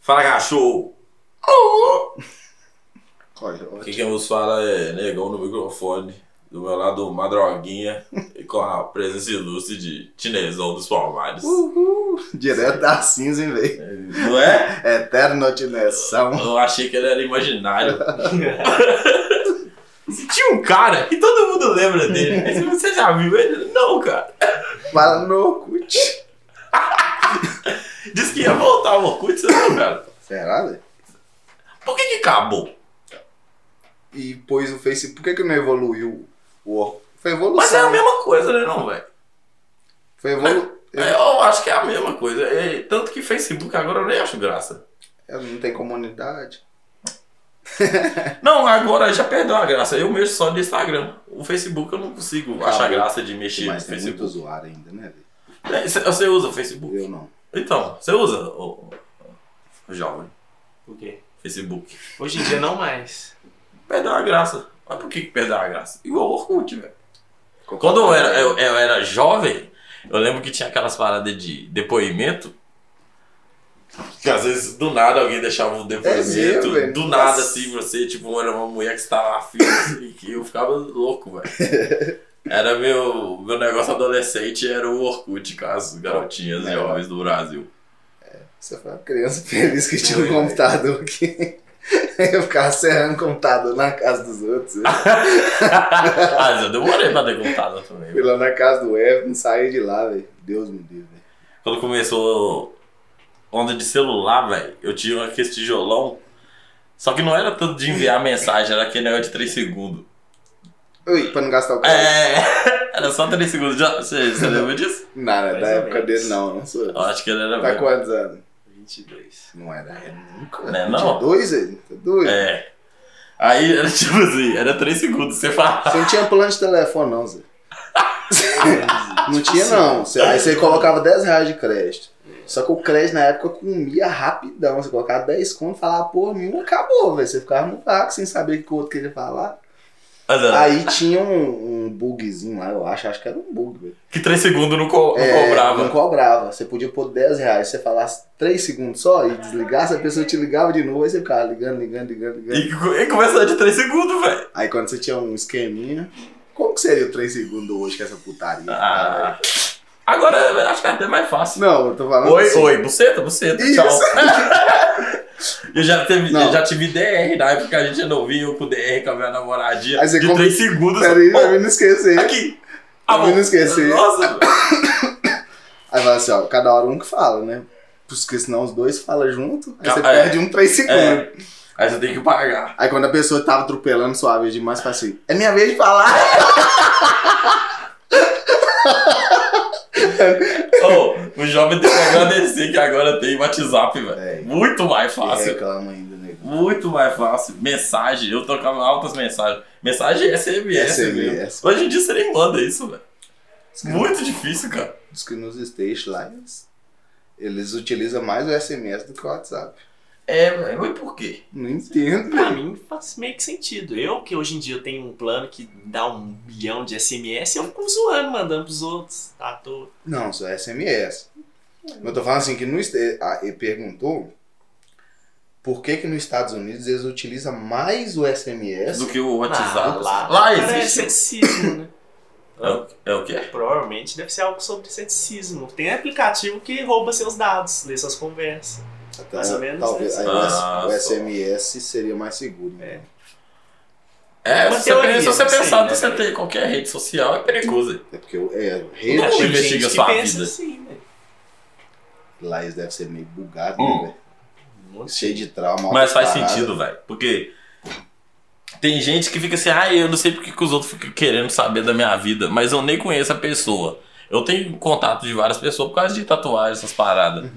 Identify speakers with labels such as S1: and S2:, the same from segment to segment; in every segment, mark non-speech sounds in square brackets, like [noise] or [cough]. S1: Fala cachorro!
S2: Olha,
S1: Aqui
S2: ótimo.
S1: quem vos fala é negão no microfone. Do meu lado, uma droguinha e com a presença ilustre de Tinezão dos Palmares.
S2: Uhul. Direto da cinza, hein, velho?
S1: Não é?
S2: Eterna direção.
S1: Eu achei que ele era imaginário. Tinha um cara que todo mundo lembra dele. Aí Você já viu ele? Não, cara.
S2: Fala no meu Orkut.
S1: Disse que ia voltar ao Orkut, você não, cara.
S2: Será, velho?
S1: Por que que acabou?
S2: E pôs o Facebook. Por que, que não evoluiu o Orkut? Foi evolução.
S1: Mas é a
S2: né?
S1: mesma coisa, né, não, velho?
S2: Foi evolu... Eu-
S1: Eu acho que é a mesma coisa. É, tanto que Facebook agora eu nem acho graça.
S2: eu Não tem comunidade.
S1: Não, agora já perdeu a graça. Eu mexo só no Instagram. O Facebook eu não consigo achar
S2: Acabou.
S1: graça tipo de mexer
S2: Mas
S1: no
S2: tem muito
S1: Facebook.
S2: usuário ainda, né, velho?
S1: É, cê- Você usa o Facebook?
S2: Eu não.
S1: Então, você usa, ô, ô, jovem,
S3: Por quê?
S1: Facebook.
S3: Hoje em dia não mais.
S1: Perdeu a graça. Mas por que que perdeu a graça? Igual o Orkut, velho. Quando eu era, eu, eu era jovem, eu lembro que tinha aquelas paradas de depoimento. Que às vezes do nada alguém deixava um depoimento.
S2: É mesmo, velho.
S1: do nada,
S2: Nossa.
S1: assim, você, tipo, era uma mulher que estava afim, assim, que eu ficava louco, velho.
S2: [laughs]
S1: Era meu, meu negócio adolescente, era o Orkut com as garotinhas
S2: É.
S1: jovens do Brasil. [laughs]
S2: Você foi uma criança feliz que tinha um
S3: Oi, velho.
S2: computador aqui. [laughs] Eu ficava serrando computador na casa dos outros. né? velho.
S1: Mas eu demorei pra ter contado também.
S2: Fui lá na casa do Everton, saí de lá, velho. Deus me livre, velho.
S1: Quando começou onda de celular, velho, eu tinha aquele tijolão. Só que não era tanto de
S2: [laughs]
S1: enviar mensagem, era aquele negócio de 3 segundos.
S2: Ui, pra não gastar o carro.
S1: É, [laughs] era só 3 segundos. Já- Você, você lembra disso?
S2: Nada,
S3: Mais
S2: da
S3: ou
S2: época
S3: menos.
S2: dele não, não sou eu.
S1: Eu acho que ele era
S2: Tá
S1: velho.
S2: quantos anos?
S3: 22.
S2: Não era, é nunca.
S1: Né, não?
S2: Dois, ele? Tá doido?
S1: É. Aí era tipo assim, era 3 segundos. Você falava.
S2: Você não tinha plano de telefone,
S1: [laughs]
S2: não, Zé. Não tinha, não. Você- aí você colocava 10 reais de crédito. Só que o crédito na época comia rapidão. Você colocava 10 conto, falava, porra, nenhum acabou, velho. Você ficava no vácuo sem saber o que o outro queria falar.
S1: Mas era-
S2: Aí tinha um, um bugzinho lá, eu acho. Acho que era um bug, velho.
S1: Que 3 segundos não, co- não
S2: É,
S1: Um cobrava.
S2: Não cobrava. Você podia pôr 10 reais. Se você falasse 3 segundos só e desligasse, a pessoa te ligava de novo. Aí você ficava ligando, ligando, ligando, ligando.
S1: E, co- e começava de 3 segundos, velho.
S2: Aí quando você tinha um esqueminha. Como que seria o 3 segundos hoje com essa putaria? cara, velho?
S1: Ah, agora eu acho que é até mais fácil.
S2: Não, eu tô falando.
S1: Oi,
S2: assim,
S1: oi, buceta, buceta,
S2: Isso.
S1: tchau. [laughs] eu, já teve,
S2: Não.
S1: eu já tive DR na época, a gente é novinho, eu com DR com a minha namoradinha.
S2: Aí você
S1: de
S2: compra-
S1: 3 segundos.
S2: Peraí, Tá pra
S1: Oh,
S2: mim não esquecer.
S1: aqui.
S2: Pra mim
S1: bom.
S2: não esquecer. [laughs]
S1: Nossa,
S2: Aí fala assim, ó, cada hora um que fala, né? Porque senão os dois falam junto, aí
S1: Ca-
S2: você
S1: é.
S2: perde um 3 segundos.
S1: é, aí você tem que pagar.
S2: Aí quando a pessoa tava atropelando sua vez demais, fala assim, é minha vez de falar.
S1: Oh, o jovem tem que agradecer que agora tem WhatsApp,
S2: É.
S1: velho. Muito mais
S2: E
S1: fácil.
S2: reclama ainda, né? nego.
S1: Muito mais fácil. Mensagem, eu tocava altas mensagens. Mensagem é SMS, mesmo.
S2: É SMS.
S1: Hoje em dia você nem manda isso, velho. Muito difícil, cara.
S2: Diz que nos stage lines, eles utilizam mais o SMS do que o WhatsApp.
S1: É, velho, mas por quê?
S2: Não entendo.
S3: Pra mim faz meio que sentido. Eu, que hoje em dia tenho um plano que dá um milhão de SMS, eu fico zoando, mandando pros outros. Tá à toa.
S2: Não, só SMS. Mas eu tô falando assim que no, est- ah, ele perguntou por que que nos Estados Unidos eles utilizam mais o SMS
S1: do que o WhatsApp.
S3: Ah, lá,
S1: Lá
S3: Parece
S1: existe.
S3: ceticismo,
S1: [laughs]
S3: né?
S1: É o, é o quê?
S3: Provavelmente deve ser algo sobre ceticismo. Tem aplicativo que rouba seus dados, lê suas conversas.
S2: Até,
S3: Mais ou menos,
S2: Talvez
S3: né?
S2: aí o S-
S1: Ah,
S2: o
S1: só.
S2: SMS seria mais seguro. né?
S3: É.
S1: É,
S3: Uma
S1: se você,
S3: teoria,
S1: pensa- se você
S3: não sei,
S1: pensar
S3: né,
S1: que você
S3: velho?
S1: tem qualquer rede social, é perigoso.
S2: É porque eu- é,
S1: Não,
S2: rede
S1: investiga sua vida.
S3: assim, né?
S2: lá eles devem ser meio bugado,
S1: Hum.
S2: né,
S3: Um monte
S2: velho? Cheio de trauma.
S1: Mas faz
S2: altas
S1: sentido, velho. Porque tem gente que fica assim, ah, eu não sei porque que os outros ficam querendo saber da minha vida, mas eu nem conheço a pessoa. Eu tenho contato de várias pessoas por causa de tatuagem, essas paradas.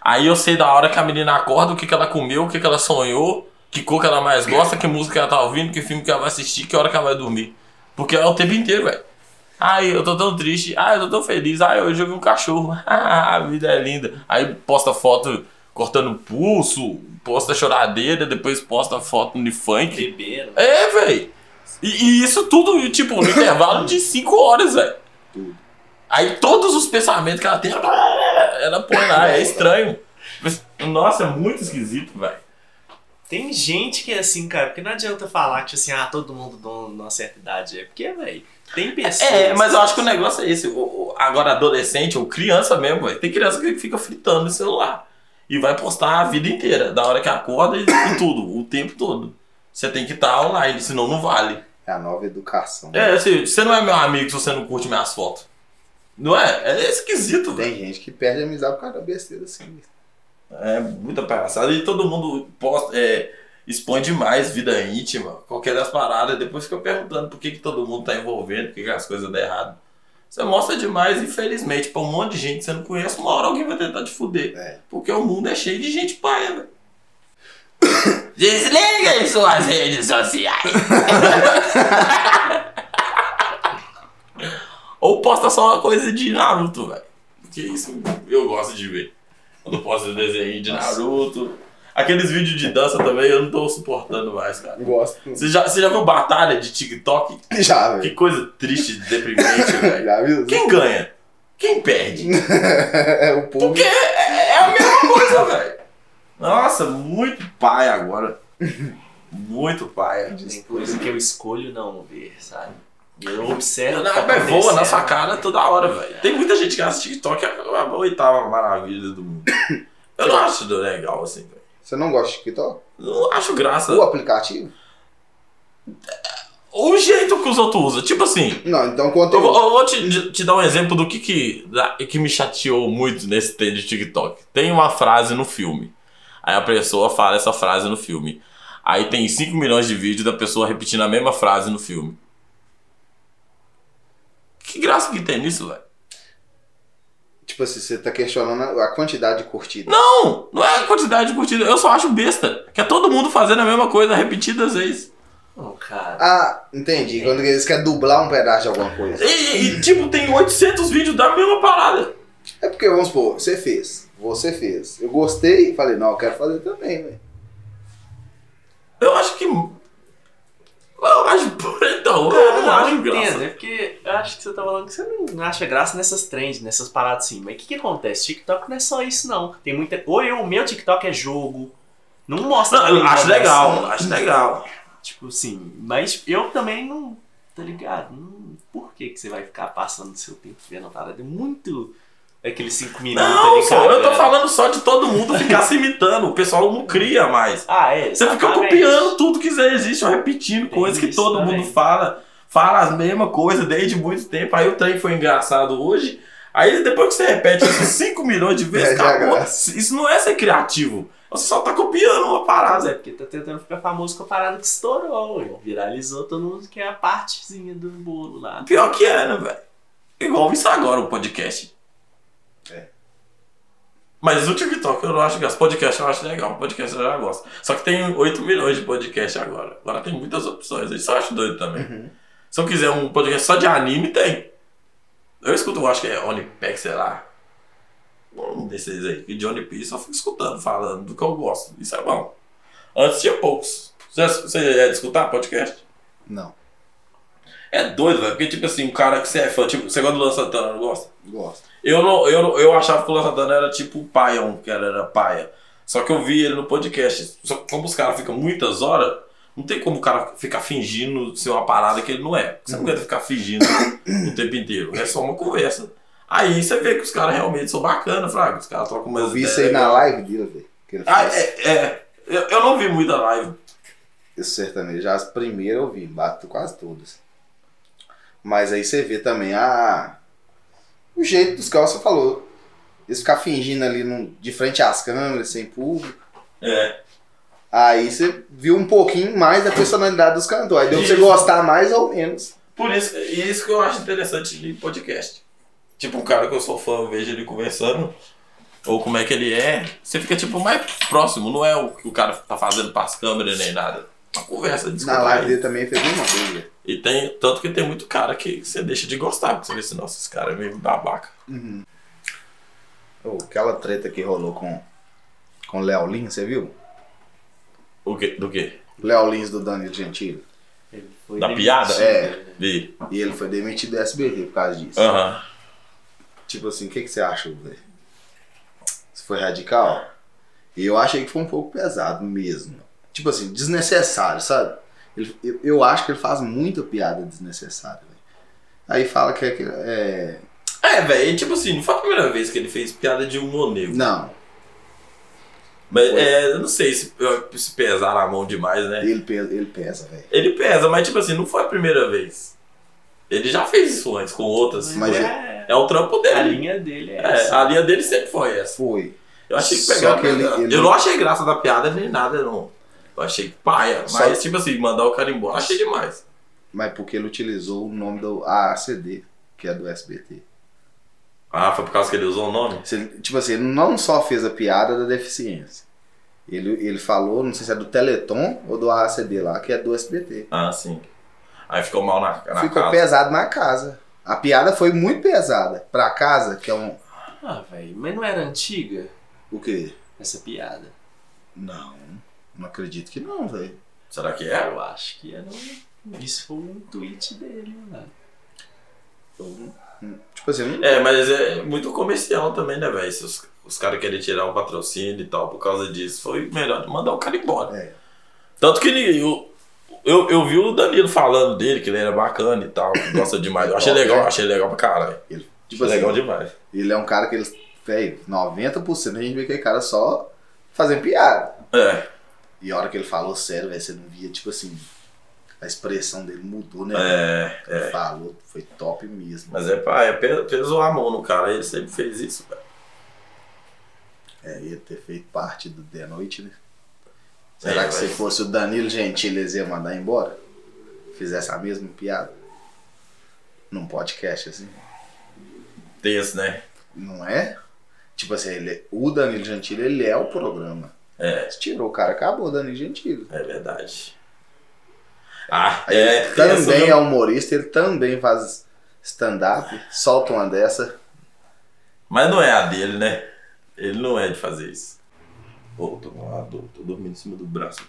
S1: Aí eu sei da hora que a menina acorda, o que, que ela comeu, o que, que ela sonhou, que cor que ela mais gosta, que música que ela tá ouvindo, que filme que ela vai assistir, que hora que ela vai dormir. Porque é o tempo inteiro, velho. Ai, eu tô tão triste. Ai, eu tô tão feliz. Ai, hoje eu vi um cachorro. [laughs] Ah, a vida é linda. Aí posta foto cortando pulso, posta choradeira, depois posta foto de
S3: de
S1: funk.
S3: bebê, né?
S1: É, velho. E, e isso tudo, tipo, no intervalo de 5 horas, velho.
S2: Tudo.
S1: Aí todos os pensamentos que ela tem, ela põe lá. É estranho. Mas Nossa, é muito esquisito, velho.
S3: Tem gente que é assim, cara, porque não adianta falar que, tipo assim, ah, todo mundo de uma certa idade é. Porque, velho, tem pessoas.
S1: É, mas eu acho que o negócio é esse. O- o- agora, adolescente ou criança mesmo, velho. Tem criança que fica fritando no celular. E vai postar a vida inteira, da hora que acorda e, e tudo, o tempo todo. Você tem que estar online, senão não vale.
S2: É a nova educação.
S1: É, assim, você não é meu amigo se você não curte minhas fotos. Não é? É esquisito, velho.
S2: Tem gente que perde a amizade por causa da besteira assim.
S1: É muita palhaçada. E todo mundo posta, é, expõe demais vida íntima, qualquer das paradas. Depois fica perguntando por que, que todo mundo tá envolvendo, por que, que as coisas dão errado. Você mostra demais, infelizmente, pra um monte de gente que você não conhece, uma hora alguém vai tentar te fuder.
S2: É.
S1: Porque o mundo é cheio de gente paia, velho. [coughs] Desliga em suas redes sociais. [laughs] Ou posta só uma coisa de Naruto, velho. Porque isso eu gosto de ver. Quando posta desenho de Naruto. Aqueles vídeos de dança também eu não tô suportando mais, cara.
S2: Gosto. [laughs]
S1: Você já, você já viu batalha de TikTok?
S2: Já,
S1: Que
S2: velho.
S1: coisa triste, deprimente, velho.
S2: [laughs] Já viu?
S1: Quem ganha? Quem perde?
S2: o povo.
S1: Porque é é a mesma coisa, velho. Nossa, muito paia agora. Muito paia.
S3: Tem coisa que eu escolho não ver, sabe? Eu observo. o que tá
S1: Mas voa na
S3: acontecendo.
S1: sua cara toda hora, velho. Tem muita gente que assiste TikTok, é a oitava maravilha do mundo. Eu não acho legal assim, velho.
S2: Você não gosta de TikTok?
S1: Não acho graça.
S2: O aplicativo?
S1: O jeito que os outros usam. Tipo assim,
S2: Não, então
S1: eu vou,
S2: conteúdo.
S1: eu vou te, te dar um exemplo do que, que, da- que me chateou muito nesse tema de TikTok. Tem uma frase no filme. Aí a pessoa fala essa frase no filme. Aí tem 5 milhões de vídeos da pessoa repetindo a mesma frase no filme. Que graça que tem nisso, velho?
S2: Tipo assim, você tá questionando a quantidade de curtidas.
S1: Não! Não é a quantidade de curtida. Eu só acho besta. Que é todo mundo fazendo a mesma coisa repetidas vezes.
S3: Não, cara.
S2: Ah, entendi. Quando eles querem dublar um pedaço de alguma coisa.
S1: E, e, tipo, tem 800 vídeos da mesma parada.
S2: É porque, vamos supor, você fez. Você fez. Eu gostei e falei, não, eu quero fazer também, velho.
S1: Eu acho que. Eu acho. [laughs] Então,
S3: Cara,
S1: eu não acho graça.
S3: entendo. É porque eu acho que você tá falando que você não acha graça nessas trends, nessas paradas assim. Mas o que, que acontece? TikTok não é só isso, não. Tem muita. Ou eu, o meu TikTok é jogo. Não mostra.
S1: Não, eu
S3: muita
S1: acho legal,
S3: dessa-
S1: acho legal.
S3: Tipo assim, mas eu também não. Tá ligado? Não- por que, que você vai ficar passando seu tempo vendo a parada? É muito. Aqueles 5 minutos
S1: Não,
S3: ali,
S1: só,
S3: cara. é.
S1: eu tô falando só de todo mundo
S3: [laughs]
S1: ficar se imitando. O pessoal não cria mais.
S3: Ah, é.
S1: Você fica
S3: exatamente.
S1: copiando tudo que já existe, ou repetindo
S3: Tem
S1: coisas que
S3: isso
S1: todo
S3: também.
S1: mundo fala. Fala as mesmas coisas desde muito tempo. Aí o trem foi engraçado hoje. Aí depois que você repete isso 5 milhões de
S3: [laughs]
S1: vezes,
S3: É,
S2: Perde a
S1: acabou.
S2: graça.
S1: Isso não é ser criativo. Você só tá copiando uma parada.
S3: É porque tá tentando ficar famoso com a parada que estourou, ué. viralizou, todo mundo quer a partezinha do bolo lá.
S1: Pior que é, né, velho? Igual isso agora, o podcast.
S2: É.
S1: Mas o TikTok eu não acho graça. Podcast eu acho legal. Podcast eu já gosto. Só que tem 8 milhões de podcast agora. Agora tem muitas opções. Isso eu acho doido também. Se eu quiser um podcast só de anime, tem. Eu escuto, eu acho que é Onipack, sei lá. Um desses aí. E de One Piece eu fico escutando, falando do que eu gosto. Isso é bom. Antes tinha poucos. Você, você é de escutar podcast?
S2: Não,
S1: É doido, velho. Porque, tipo assim, o cara que você é fã, tipo, você gosta do Luan Santana, não gosta?
S2: gosto.
S1: Eu, não, eu, não- eu achava que o Luan Santana era tipo o Paion, que era, era paia. Só que eu vi ele no podcast. Só que como os caras ficam muitas horas, não tem como o cara ficar fingindo ser uma parada que ele não é. Você não aguenta ficar fingindo o tempo inteiro. É só uma conversa. Aí você vê que os caras realmente são bacanas, Fraga. Os caras trocam umas
S2: Eu vi
S1: ideias
S2: isso aí na
S1: legais.
S2: live dele, velho. que ele
S1: Ah,
S2: fez.
S1: é, é. Eu, eu não vi muito a live.
S2: Esse sertanejo, já as primeiras eu vi, bato quase todas. Mas aí você vê também a. O jeito dos caras, você falou. Eles ficar fingindo ali num- de frente às câmeras, sem público.
S1: É.
S2: Aí você viu um pouquinho mais da personalidade dos cantores. Aí deu pra você
S1: Isso.
S2: gostar mais ou menos.
S1: Por isso, e isso que eu acho interessante de podcast. Tipo, um cara que eu sou fã, eu vejo ele conversando, ou como é que ele é, você fica tipo mais próximo, não é o que o cara tá fazendo pras câmeras nem nada. É Uma conversa de
S2: Na live dele também fez uma coisa.
S1: E tem, tanto que tem muito cara que você deixa de gostar, porque você vê assim, nossa, esse cara é meio babaca.
S2: Ô, aquela treta que rolou com. Com o Léo Lins, você viu?
S1: O quê? Do quê?
S2: Léo Lins do Danilo Gentili.
S3: Ele foi
S1: Da
S3: demitido.
S1: piada?
S2: É.
S1: Vi.
S2: E ele foi demitido do SBT por causa disso.
S1: Aham.
S2: Tipo assim, o que, que você achou, velho? Isso foi radical? Eu achei que foi um pouco pesado mesmo. Tipo assim, desnecessário, sabe? Ele- eu, eu acho que ele faz muita piada desnecessária. velho. Aí fala que é, que é.
S1: É, velho, tipo assim, não foi a primeira vez que ele fez piada de humor negro.
S2: Não,
S1: Mas
S2: Foi.
S1: é, eu não sei se, se pesar a mão demais, né?
S2: ele, pe- ele pesa, velho.
S1: Ele pesa, mas tipo assim, não foi a primeira vez. Ele já fez isso antes com outras.
S2: Mas
S3: é,
S1: É o trampo
S3: a
S1: dele.
S3: linha dele é,
S1: É,
S3: essa.
S1: a linha dele sempre foi essa.
S2: Foi.
S1: Eu achei que
S2: Só
S1: pegava.
S2: que ele- ele-
S1: Eu não achei graça da piada nem nada, não. Eu achei paia.
S2: Só-
S1: Mas, tipo assim, mandar o cara embora, achei demais.
S2: Mas porque ele utilizou o nome do AACD, que é do SBT.
S1: Ah, foi por causa que ele usou o nome?
S2: Se ele- tipo assim, ele não só fez a piada da deficiência. Ele, ele falou, não sei se é do Teleton ou do AACD lá, que é do SBT.
S1: Ah, sim. Aí ficou mal na, na
S2: Ficou
S1: casa.
S2: pesado na casa. A piada foi muito pesada. Pra casa, que é um.
S3: Ah, velho, mas não era antiga
S2: O quê?
S3: essa piada?
S2: Não. Não acredito que não, velho.
S1: Será que é?
S3: Eu acho que era um... Isso foi um tweet dele, né? um, mano.
S2: Tipo assim, não-
S1: É, mas é muito comercial também, né, velho? Se os, os caras querem tirar o patrocínio e tal por causa disso, foi melhor mandar o cara embora.
S2: É.
S1: Tanto que ele, eu, eu, eu vi o Danilo falando dele, que ele era bacana e tal, que gosta demais. Eu achei
S2: Top,
S1: legal,
S2: né?
S1: achei legal pra caralho.
S2: ele, tipo
S1: Tipo
S2: assim,
S1: legal demais.
S2: ele é um cara que eles. Velho, 90% a gente vê que é cara só fazendo piada.
S1: É,
S2: E a hora que ele falou sério, velho, você não via, tipo assim. A expressão dele mudou, né?
S1: é, é.
S2: Ele Falou, foi top mesmo.
S1: Mas é, pá, é pe- pesou a mão no cara, ele sempre fez isso, velho.
S2: É, ia ter feito parte do The Noite, né? Será
S1: É,
S2: que
S1: velho.
S2: se fosse o Danilo Gentili, eles iam mandar embora? Fizesse a mesma piada? Num podcast, assim?
S1: Tenso, né?
S2: Não é? Tipo assim, ele, o Danilo Gentili, ele é o programa.
S1: É,
S2: Se tirou o cara, acabou o Danilo Gentili.
S1: é verdade. Ah,
S2: Aí
S1: é.
S2: ele
S1: tenso,
S2: também
S1: viu?
S2: é humorista, ele também faz stand-up, solta uma dessa.
S1: Mas não é a dele, né? Ele não é de fazer isso. Ô, tô com uma dor, tô dormindo em cima do braço.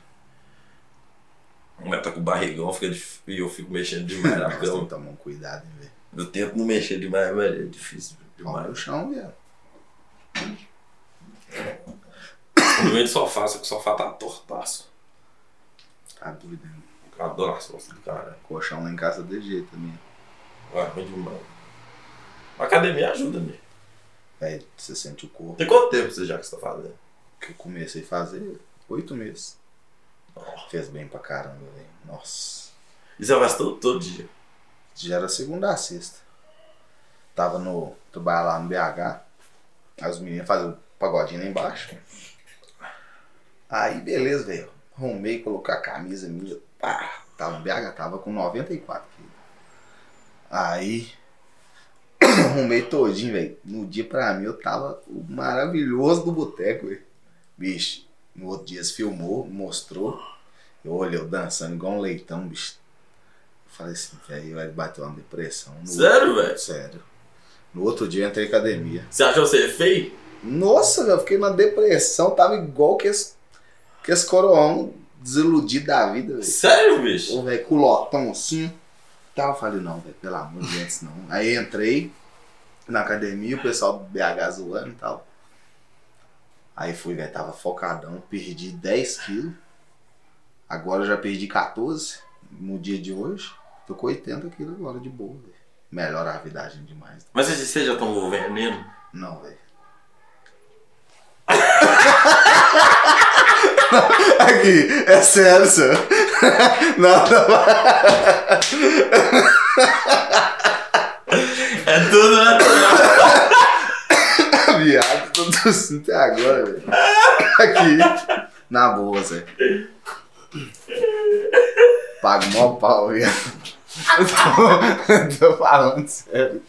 S1: A mulher tá com barrigão, fica dif- e eu fico mexendo demais na
S2: Nossa, tem que
S1: [laughs] cama.
S2: tomar um cuidado, hein, velho.
S1: Eu tento não mexer demais, velho. É difícil
S2: Toma no
S1: demais.
S2: chão, velho.
S1: Eu meio do sofá, só que o sofá tá tortaço.
S2: Tá doido, Tá hein?
S1: Eu Adoro as costas do cara.
S2: Colchão lá em casa de jeito também.
S1: Vai, ruim demais. A academia ajuda, né?
S2: Velho, É, você sente o corpo.
S1: Tem quanto tempo você já que você tá fazendo?
S2: que eu comecei a fazer oito meses.
S1: Ó.
S2: Fez bem pra caramba, velho. Nossa.
S1: E você faz todo, é todo dia.
S2: Já era segunda a sexta. Tava no. Trabalhava lá no BH. Aí os meninos faziam o pagodinho lá embaixo. Aí beleza, velho. Arrumei, colocar a camisa minha. Pá. Tava no BH, tava com 94 quilos. Aí. [clears throat] Arrumei todinho, velho. No dia pra mim eu tava o maravilhoso do boteco, velho. Bicho, no outro dia se filmou, mostrou. Eu olhei eu dançando igual um leitão, bicho. Eu falei assim, velho, vai bater uma depressão. No
S1: Sério, velho?
S2: Sério. No outro dia eu entrei em academia.
S1: Você achou você feio?
S2: Nossa, velho, eu fiquei na depressão, tava igual que esse, que esse coroão desiludido da vida, velho.
S1: Sério, bicho?
S2: Ô, velho, culotão assim. Tal, eu falei, não, velho, pelo amor de Deus, não. Aí entrei na academia, o pessoal do BH zoando e tal. Aí fui, velho, tava focadão, perdi 10 quilos. Agora eu já perdi 14 no dia de hoje. Tô com 80 quilos agora, de boa, velho. Melhora a vida da gente demais.
S1: Mas você- você já tomou veneno?
S2: Não, velho. [laughs] Aqui, é sério, senhor. [laughs] Não,
S1: É tudo [laughs] natural.
S2: não, viado, tô tossindo até agora, velho. Aqui, na boa, Zé. Pago mó pau, viado. Tô, tô falando sério.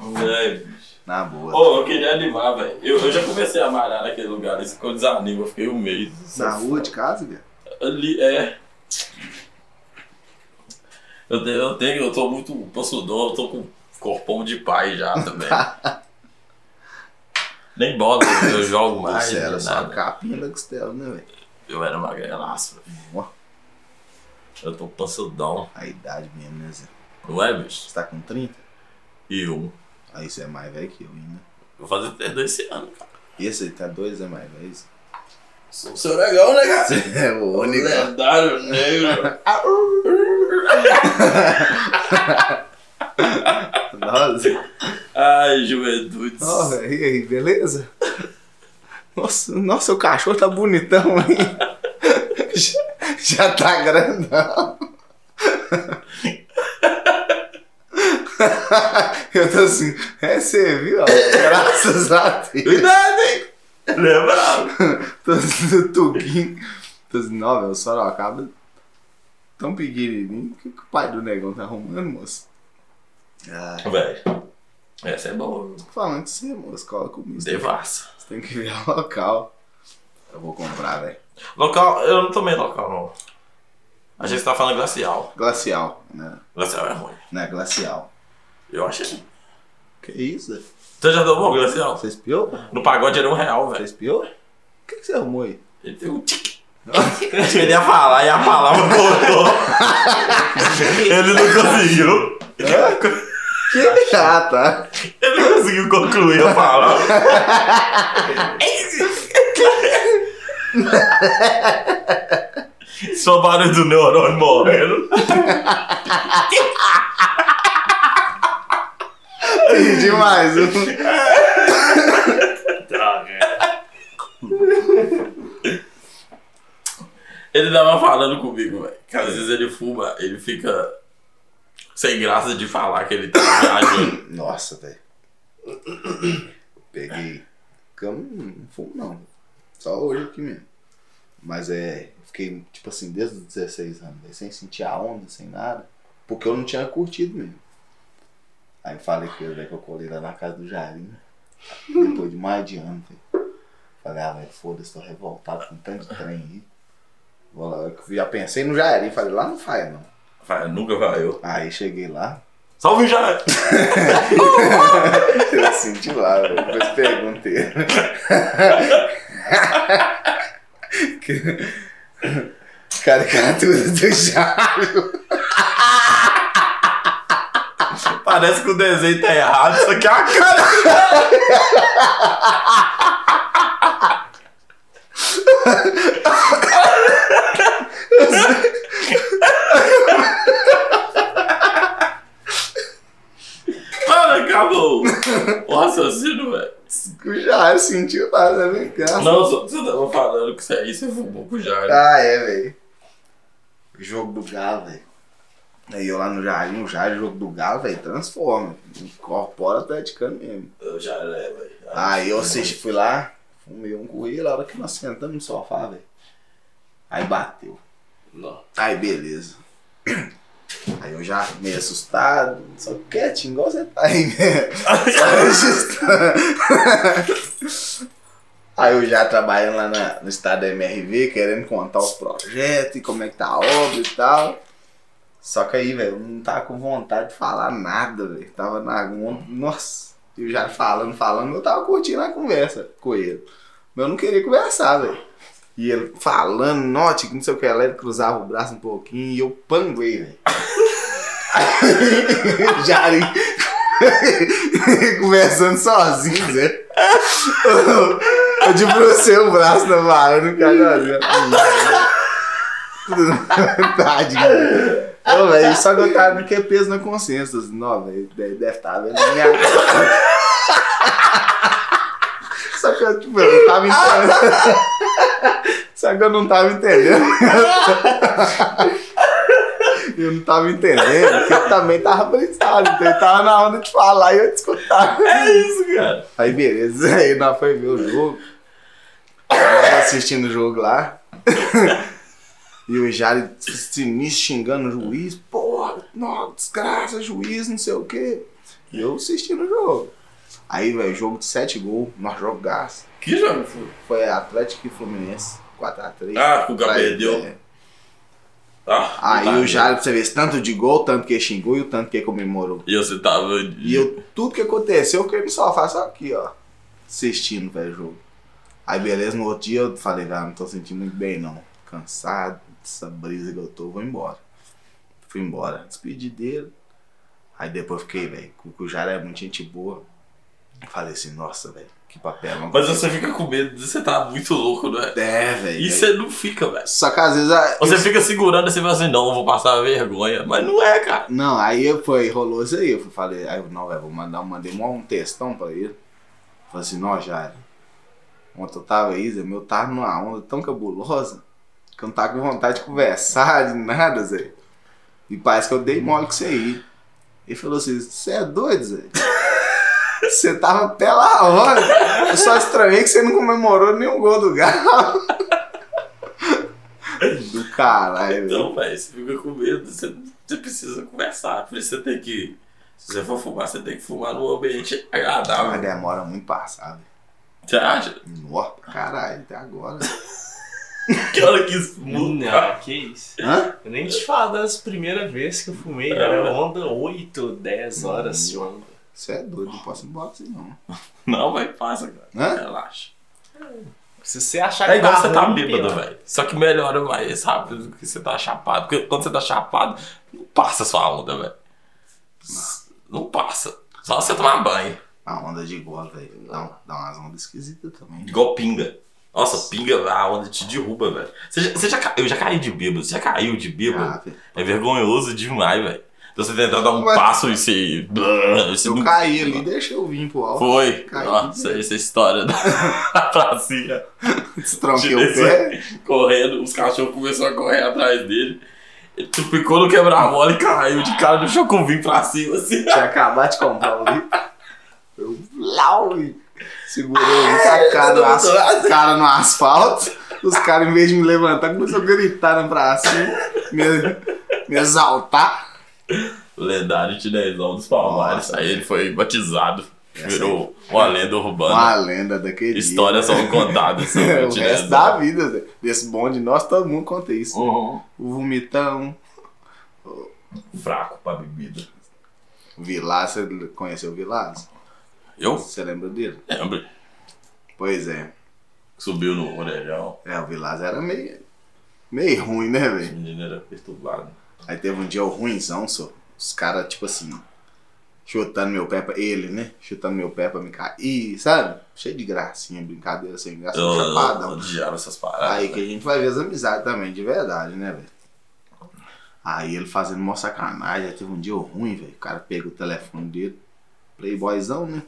S1: É, bicho.
S2: Na boa.
S1: Ô, eu queria animar, velho. Eu, eu já comecei a malhar naquele lugar, isso ficou desanimo, eu fiquei um mês.
S2: Na rua de casa, viado?
S1: Ali, é. Eu tenho, eu tenho, eu tô muito possudor, eu tô com corpão de pai já
S2: [laughs]
S1: também. Nem bola, eu jogo mais.
S2: Você era
S1: nem
S2: só a
S1: nada.
S2: capinha da costela, né, velho?
S1: Eu era magrelaço, velho.
S2: Ó,
S1: Eu tô possudão.
S2: A idade mesmo, né, Zé?
S1: Não é, bicho?
S2: Você tá com 30?
S1: E um.
S2: Aí você é mais velho que eu ainda.
S1: Vou fazer 32 esse ano, cara.
S2: Esse aí tá dois é mais velho.
S1: Sou o seu negão, né, cara?
S2: Você [laughs] é o único.
S1: Lendário negro.
S2: Nossa.
S1: Ai, juventude.
S2: Ó, e aí, beleza? Nossa, nossa, o cachorro tá bonitão aí. Já, [laughs] já tá grandão. [laughs] Eu tô assim, é, você viu? ó, Graças a Deus.
S1: Cuidado, hein? Lembrava.
S2: Tô assim, do Tuguinho. Tô assim, não, velho, o Sorocaba tão pequenininho. O que, que o pai do negão tá arrumando, moço? Ah,
S1: Velho, essa é boa.
S2: tô falando de você, moço. Coloca o misto.
S1: Devassa.
S2: Você tem que ver o local. Eu vou comprar, velho.
S1: Local, eu não tomei local, não. A gente tá falando glacial.
S2: Glacial, né?
S1: Glacial é ruim.
S2: Não é glacial.
S1: Eu achei.
S2: Que isso, velho?
S1: Você já tomou glacial?
S2: Você espiou?
S1: No pagode era um real,
S2: Você
S1: velho.
S2: espiou? O que, que você arrumou aí?
S1: Ele deu um tic. Ele ia falar e a palavra voltou. Ele não conseguiu.
S2: Que chata! [laughs]
S1: Ele não conseguiu concluir a palavra. Só barulho do neurônio morrendo.
S2: E demais! viu?
S3: Droga.
S1: Ele tava falando comigo, velho. Que às vezes ele fuma, ele fica sem graça de falar que ele tá viajando.
S2: Nossa, velho. Peguei. Cama, não fumo não. Só hoje aqui mesmo. Mas é. Fiquei, tipo assim, desde os 16 anos, véi, sem sentir a onda, sem nada. Porque eu não tinha curtido mesmo. Aí eu falei com ele, velho, que eu colei lá na casa do Jairinho. Depois de mais de ano, velho. Falei, ah, velho, foda-se, tô revoltado com tanto de trem aí. Vou lá. Eu já pensei no Jairinho, falei, lá não faz não.
S1: Vai, nunca vai eu.
S2: Aí cheguei lá,
S1: Salve já!
S2: Eu senti lá, eu depois perguntei. Caricatura do Jairo.
S1: Parece que o desenho tá errado, isso aqui é a cara. Mano, acabou o assassino, velho.
S2: O Jairo sentiu lá, tá ligado?
S1: Não, só que você tava falando que isso aí você fumou com o Jairo.
S2: Ah, é, velho. Jogo do Galo, velho. Aí eu lá no Jairinho, o Jairo, jogo do Galo, velho, transforma. Incorpora atleticano mesmo.
S1: O Jairo é, velho.
S2: Aí eu assisti, fui lá, fumei um com ele, a hora que nós sentamos no sofá, velho. Aí bateu.
S1: Não.
S2: Aí beleza. Aí eu já meio assustado, só quietinho, igual você tá aí, né? Só registrando. Aí eu já trabalhando lá na- no estado da MRV, querendo contar os projetos e como é que tá a obra e tal. Só que aí, velho, eu não tava com vontade de falar nada, velho. Tava na. Nossa, eu já falando, falando, eu tava curtindo a conversa com ele. Mas eu não queria conversar, velho. E ele falando, note, que não sei o que lá, ele cruzava o braço um pouquinho e eu panguei, velho. [laughs] Aí, Jari [laughs] conversando sozinho, Zé. Eu debrucei o braço na varanda, o cara olhando. [laughs] Tadinho. Ô, velho, só que eu tava com que peso na consciência. assim, Não, velho, deve estar vendo minha [laughs] Só que eu, tipo, eu não tava entendendo. Só que eu não tava entendendo. Eu não tava entendendo, porque eu também tava brincando, então ele tava na onda de falar e eu te escutava.
S1: É isso, cara.
S2: Aí beleza, aí nós foi ver o jogo. Nós assistindo o jogo lá. E o Jari sinistro xingando o juiz. Porra, nossa, desgraça, juiz, não sei o quê. E eu assistindo o jogo. Aí, velho, jogo de sete gols, nós jogaço.
S1: Que jogo foi?
S2: Foi Atlético e Fluminense, 4x3.
S1: Ah, que o Galo perdeu. Ah,
S2: É, Aí
S1: tá.
S2: o Jari, pra você ver, esse tanto de gol, o tanto que xingou e o tanto que comemorou.
S1: E você tava.
S2: E eu, tudo que aconteceu, eu fiquei no sofá, só aqui, ó. Assistindo, velho, o jogo. Aí, beleza, no outro dia eu falei, velho, não tô sentindo muito bem, não. Cansado dessa brisa que eu tô, vou embora. Fui embora, despedi dele. Aí depois eu fiquei, velho, o Jara é muito gente boa. Falei assim, nossa, velho, que papel. Não
S1: Mas você fica com medo, você tá muito louco, não é?
S2: É, velho.
S1: E você não fica, velho.
S2: Só que às vezes. a-
S1: Você fica segurando e você fala assim, não, eu vou passar vergonha. Mas não é, cara.
S2: Não, aí foi, rolou isso aí. Eu fui- falei, aí eu, não, velho, vou mandar, eu mandei mó um textão pra ele. Falei assim, não, Jair. Ontem eu tava aí, Zé, meu tava numa onda tão cabulosa que eu não tava com vontade de conversar, de nada, Zé. E parece que eu dei mole com isso aí. Ele falou assim, você é doido, Zé? Você tava pela hora. Eu só estranhei que você não comemorou nenhum gol do Galo. Do caralho, velho.
S1: Então, velho, você fica com medo, você, você precisa conversar. Por isso você tem que. Se você for fumar, você tem que fumar num ambiente
S2: Mas
S1: agradável.
S2: demora muito passar, velho.
S1: Você acha?
S2: Nossa, caralho, até agora.
S1: Que hora que isso muda?
S3: Não, que isso.
S2: Hã?
S3: Eu nem te falo das primeiras vezes que eu fumei.
S1: É.
S3: Era onda 8, 10
S1: Hum.
S3: horas de onda.
S2: Você é doido, não posso ir embora assim não.
S1: Não, vai, passa, cara.
S2: Hã?
S1: Relaxa.
S3: Se você achar que
S1: É igual você tá
S3: ruim,
S1: bêbado,
S3: pior.
S1: velho. Só que melhora mais rápido do que você tá chapado. Porque quando você tá chapado, não passa a sua onda, velho. Não passa. Só você tomar banho.
S2: A onda de igual, velho. Dá, um- dá umas ondas esquisitas também. né?
S1: Igual pinga. Nossa, pinga, a onda te derruba, velho. Você já, você já ca- eu já caí de bêbado. Você já caiu de
S2: Ah,
S1: bêbado?
S2: velho.
S1: É vergonhoso demais, velho. Então você tentar dar um
S2: Mas-
S1: passo e você. você
S2: eu
S1: não-
S2: caí ali, deixa eu vir pro alto.
S1: Foi.
S2: Caí.
S1: Nossa, essa história da, da [laughs] pracinha.
S2: Destranquei o
S1: Tirei
S2: pé.
S1: correndo, os cachorros começaram a correr atrás dele. Ele tu ficou no quebra-mola e caiu de cara no chocovim pra cima, assim. [laughs]
S2: Tinha acabado de comprar o livro. Eu lau, e segurei o cara, no as- cara no asfalto. Os caras, em vez de me levantar, começaram a gritar na praça. Me, me exaltar.
S1: Lendário Tinezão dos Palmares. Aí ele foi batizado,
S2: Essa
S1: virou uma lenda urbana.
S2: Uma lenda daquele
S1: Histórias são né? contadas
S2: dia.
S1: sobre o
S2: [laughs] o
S1: Tinezão.
S2: resto da vida, velho. desse bonde, nós todo mundo conta isso.
S1: Uhum.
S2: O vomitão,
S1: Fraco pra bebida.
S2: Vilar, você conheceu o Vilar?
S1: Eu
S2: Você lembra dele?
S1: lembro.
S2: Pois é.
S1: Subiu no orelhão,
S2: É, o Vilar era meio, meio ruim, né,
S1: os
S2: velho?
S1: meninos eram perturbados.
S2: Aí teve um dia o ruimzão, só. Os caras, tipo assim, chutando meu pé pra ele, né? Chutando meu pé pra me cair, sabe? Cheio de gracinha, brincadeira sem graça,
S1: Eu, eu,
S2: chapadão.
S1: odiava essas paradas.
S2: Aí que a gente vai ver as amizades também, de verdade, né, velho? Aí ele fazendo uma sacanagem, aí teve um dia ruim, velho. O cara pega o telefone dele, playboyzão, né?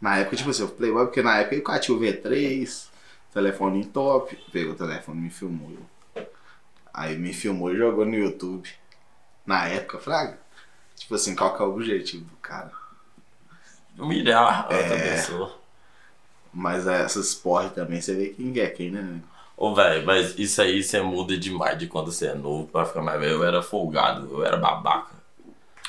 S2: Na época, tipo assim, eu playboy, porque na época eu catia o V3, telefone em top, pegou o telefone, me filmou. eu. Aí me filmou e jogou no YouTube. Na época, fraga. Tipo assim, qual que é o objetivo do cara?
S1: Humilhar a outra
S2: É.
S1: pessoa.
S2: Mas eh, essas porra também, você vê quem é quem, né? né?
S1: Ô, velho, mas isso aí você muda demais de quando você é novo pra ficar mais velho. Eu era folgado, eu era babaca.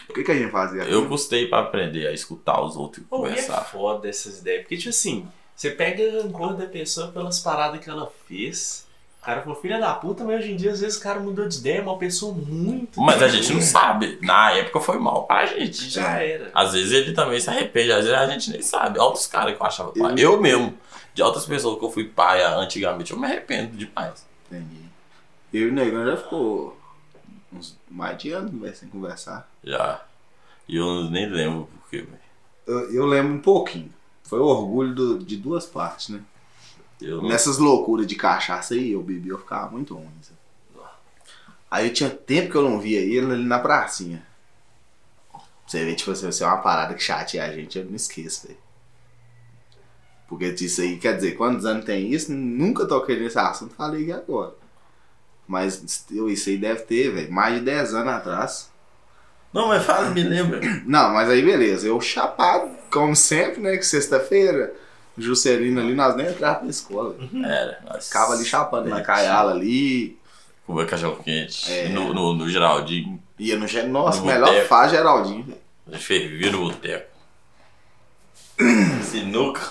S2: O que, que a gente fazia?
S1: Eu custei pra aprender a escutar os outros e
S3: Pô, e é
S1: conversar.
S3: foda essas ideias. Porque, tipo assim, você pega rancor da pessoa pelas paradas que ela fez. O cara falou, filha da puta, mas hoje em dia, às vezes, o cara mudou de ideia, é uma pessoa muito.
S1: Mas a gente não sabe. Na época foi mal pra gente.
S3: Já era.
S1: Às vezes ele também se arrepende, às vezes a gente nem sabe. Olha os caras que eu achava pai.
S2: Eu-
S1: Eu mesmo, de outras pessoas que eu fui pai antigamente, eu me arrependo demais.
S2: Entendi. Eu e o Negão já ficou uns mais de ano velho, sem conversar.
S1: Já. E eu nem lembro porque, velho.
S2: Eu, eu lembro um pouquinho. Foi o orgulho do- de duas partes, né?
S1: Eu não.
S2: Nessas loucuras de cachaça aí, eu bebi, eu ficava muito ruim. sabe? Aí eu tinha tempo que eu não via ele ali na pracinha. Você vê, tipo assim, você é uma parada que chateia a gente, eu não esqueço, velho. Porque isso aí, quer dizer, quantos anos tem isso? Nunca toquei nesse assunto, falei que agora. Mas eu- isso aí deve ter, velho, mais de 10 anos atrás. [clears throat]
S1: Não, mas fala, me lembra.
S2: Não, mas aí beleza, eu chapado, como sempre, né, que sexta-feira, Juscelino ali, nós nem entrava pra escola, velho.
S1: Era. nós-
S2: Ficava ali chapando na caiala ali.
S1: Comeu cachorro quente.
S2: É.
S1: No, no, no Geraldinho.
S2: Ia no Geraldinho. Nossa,
S1: No
S2: melhor
S1: boteco.
S2: fase Geraldinho, velho.
S1: Fervia no boteco. Sinuca.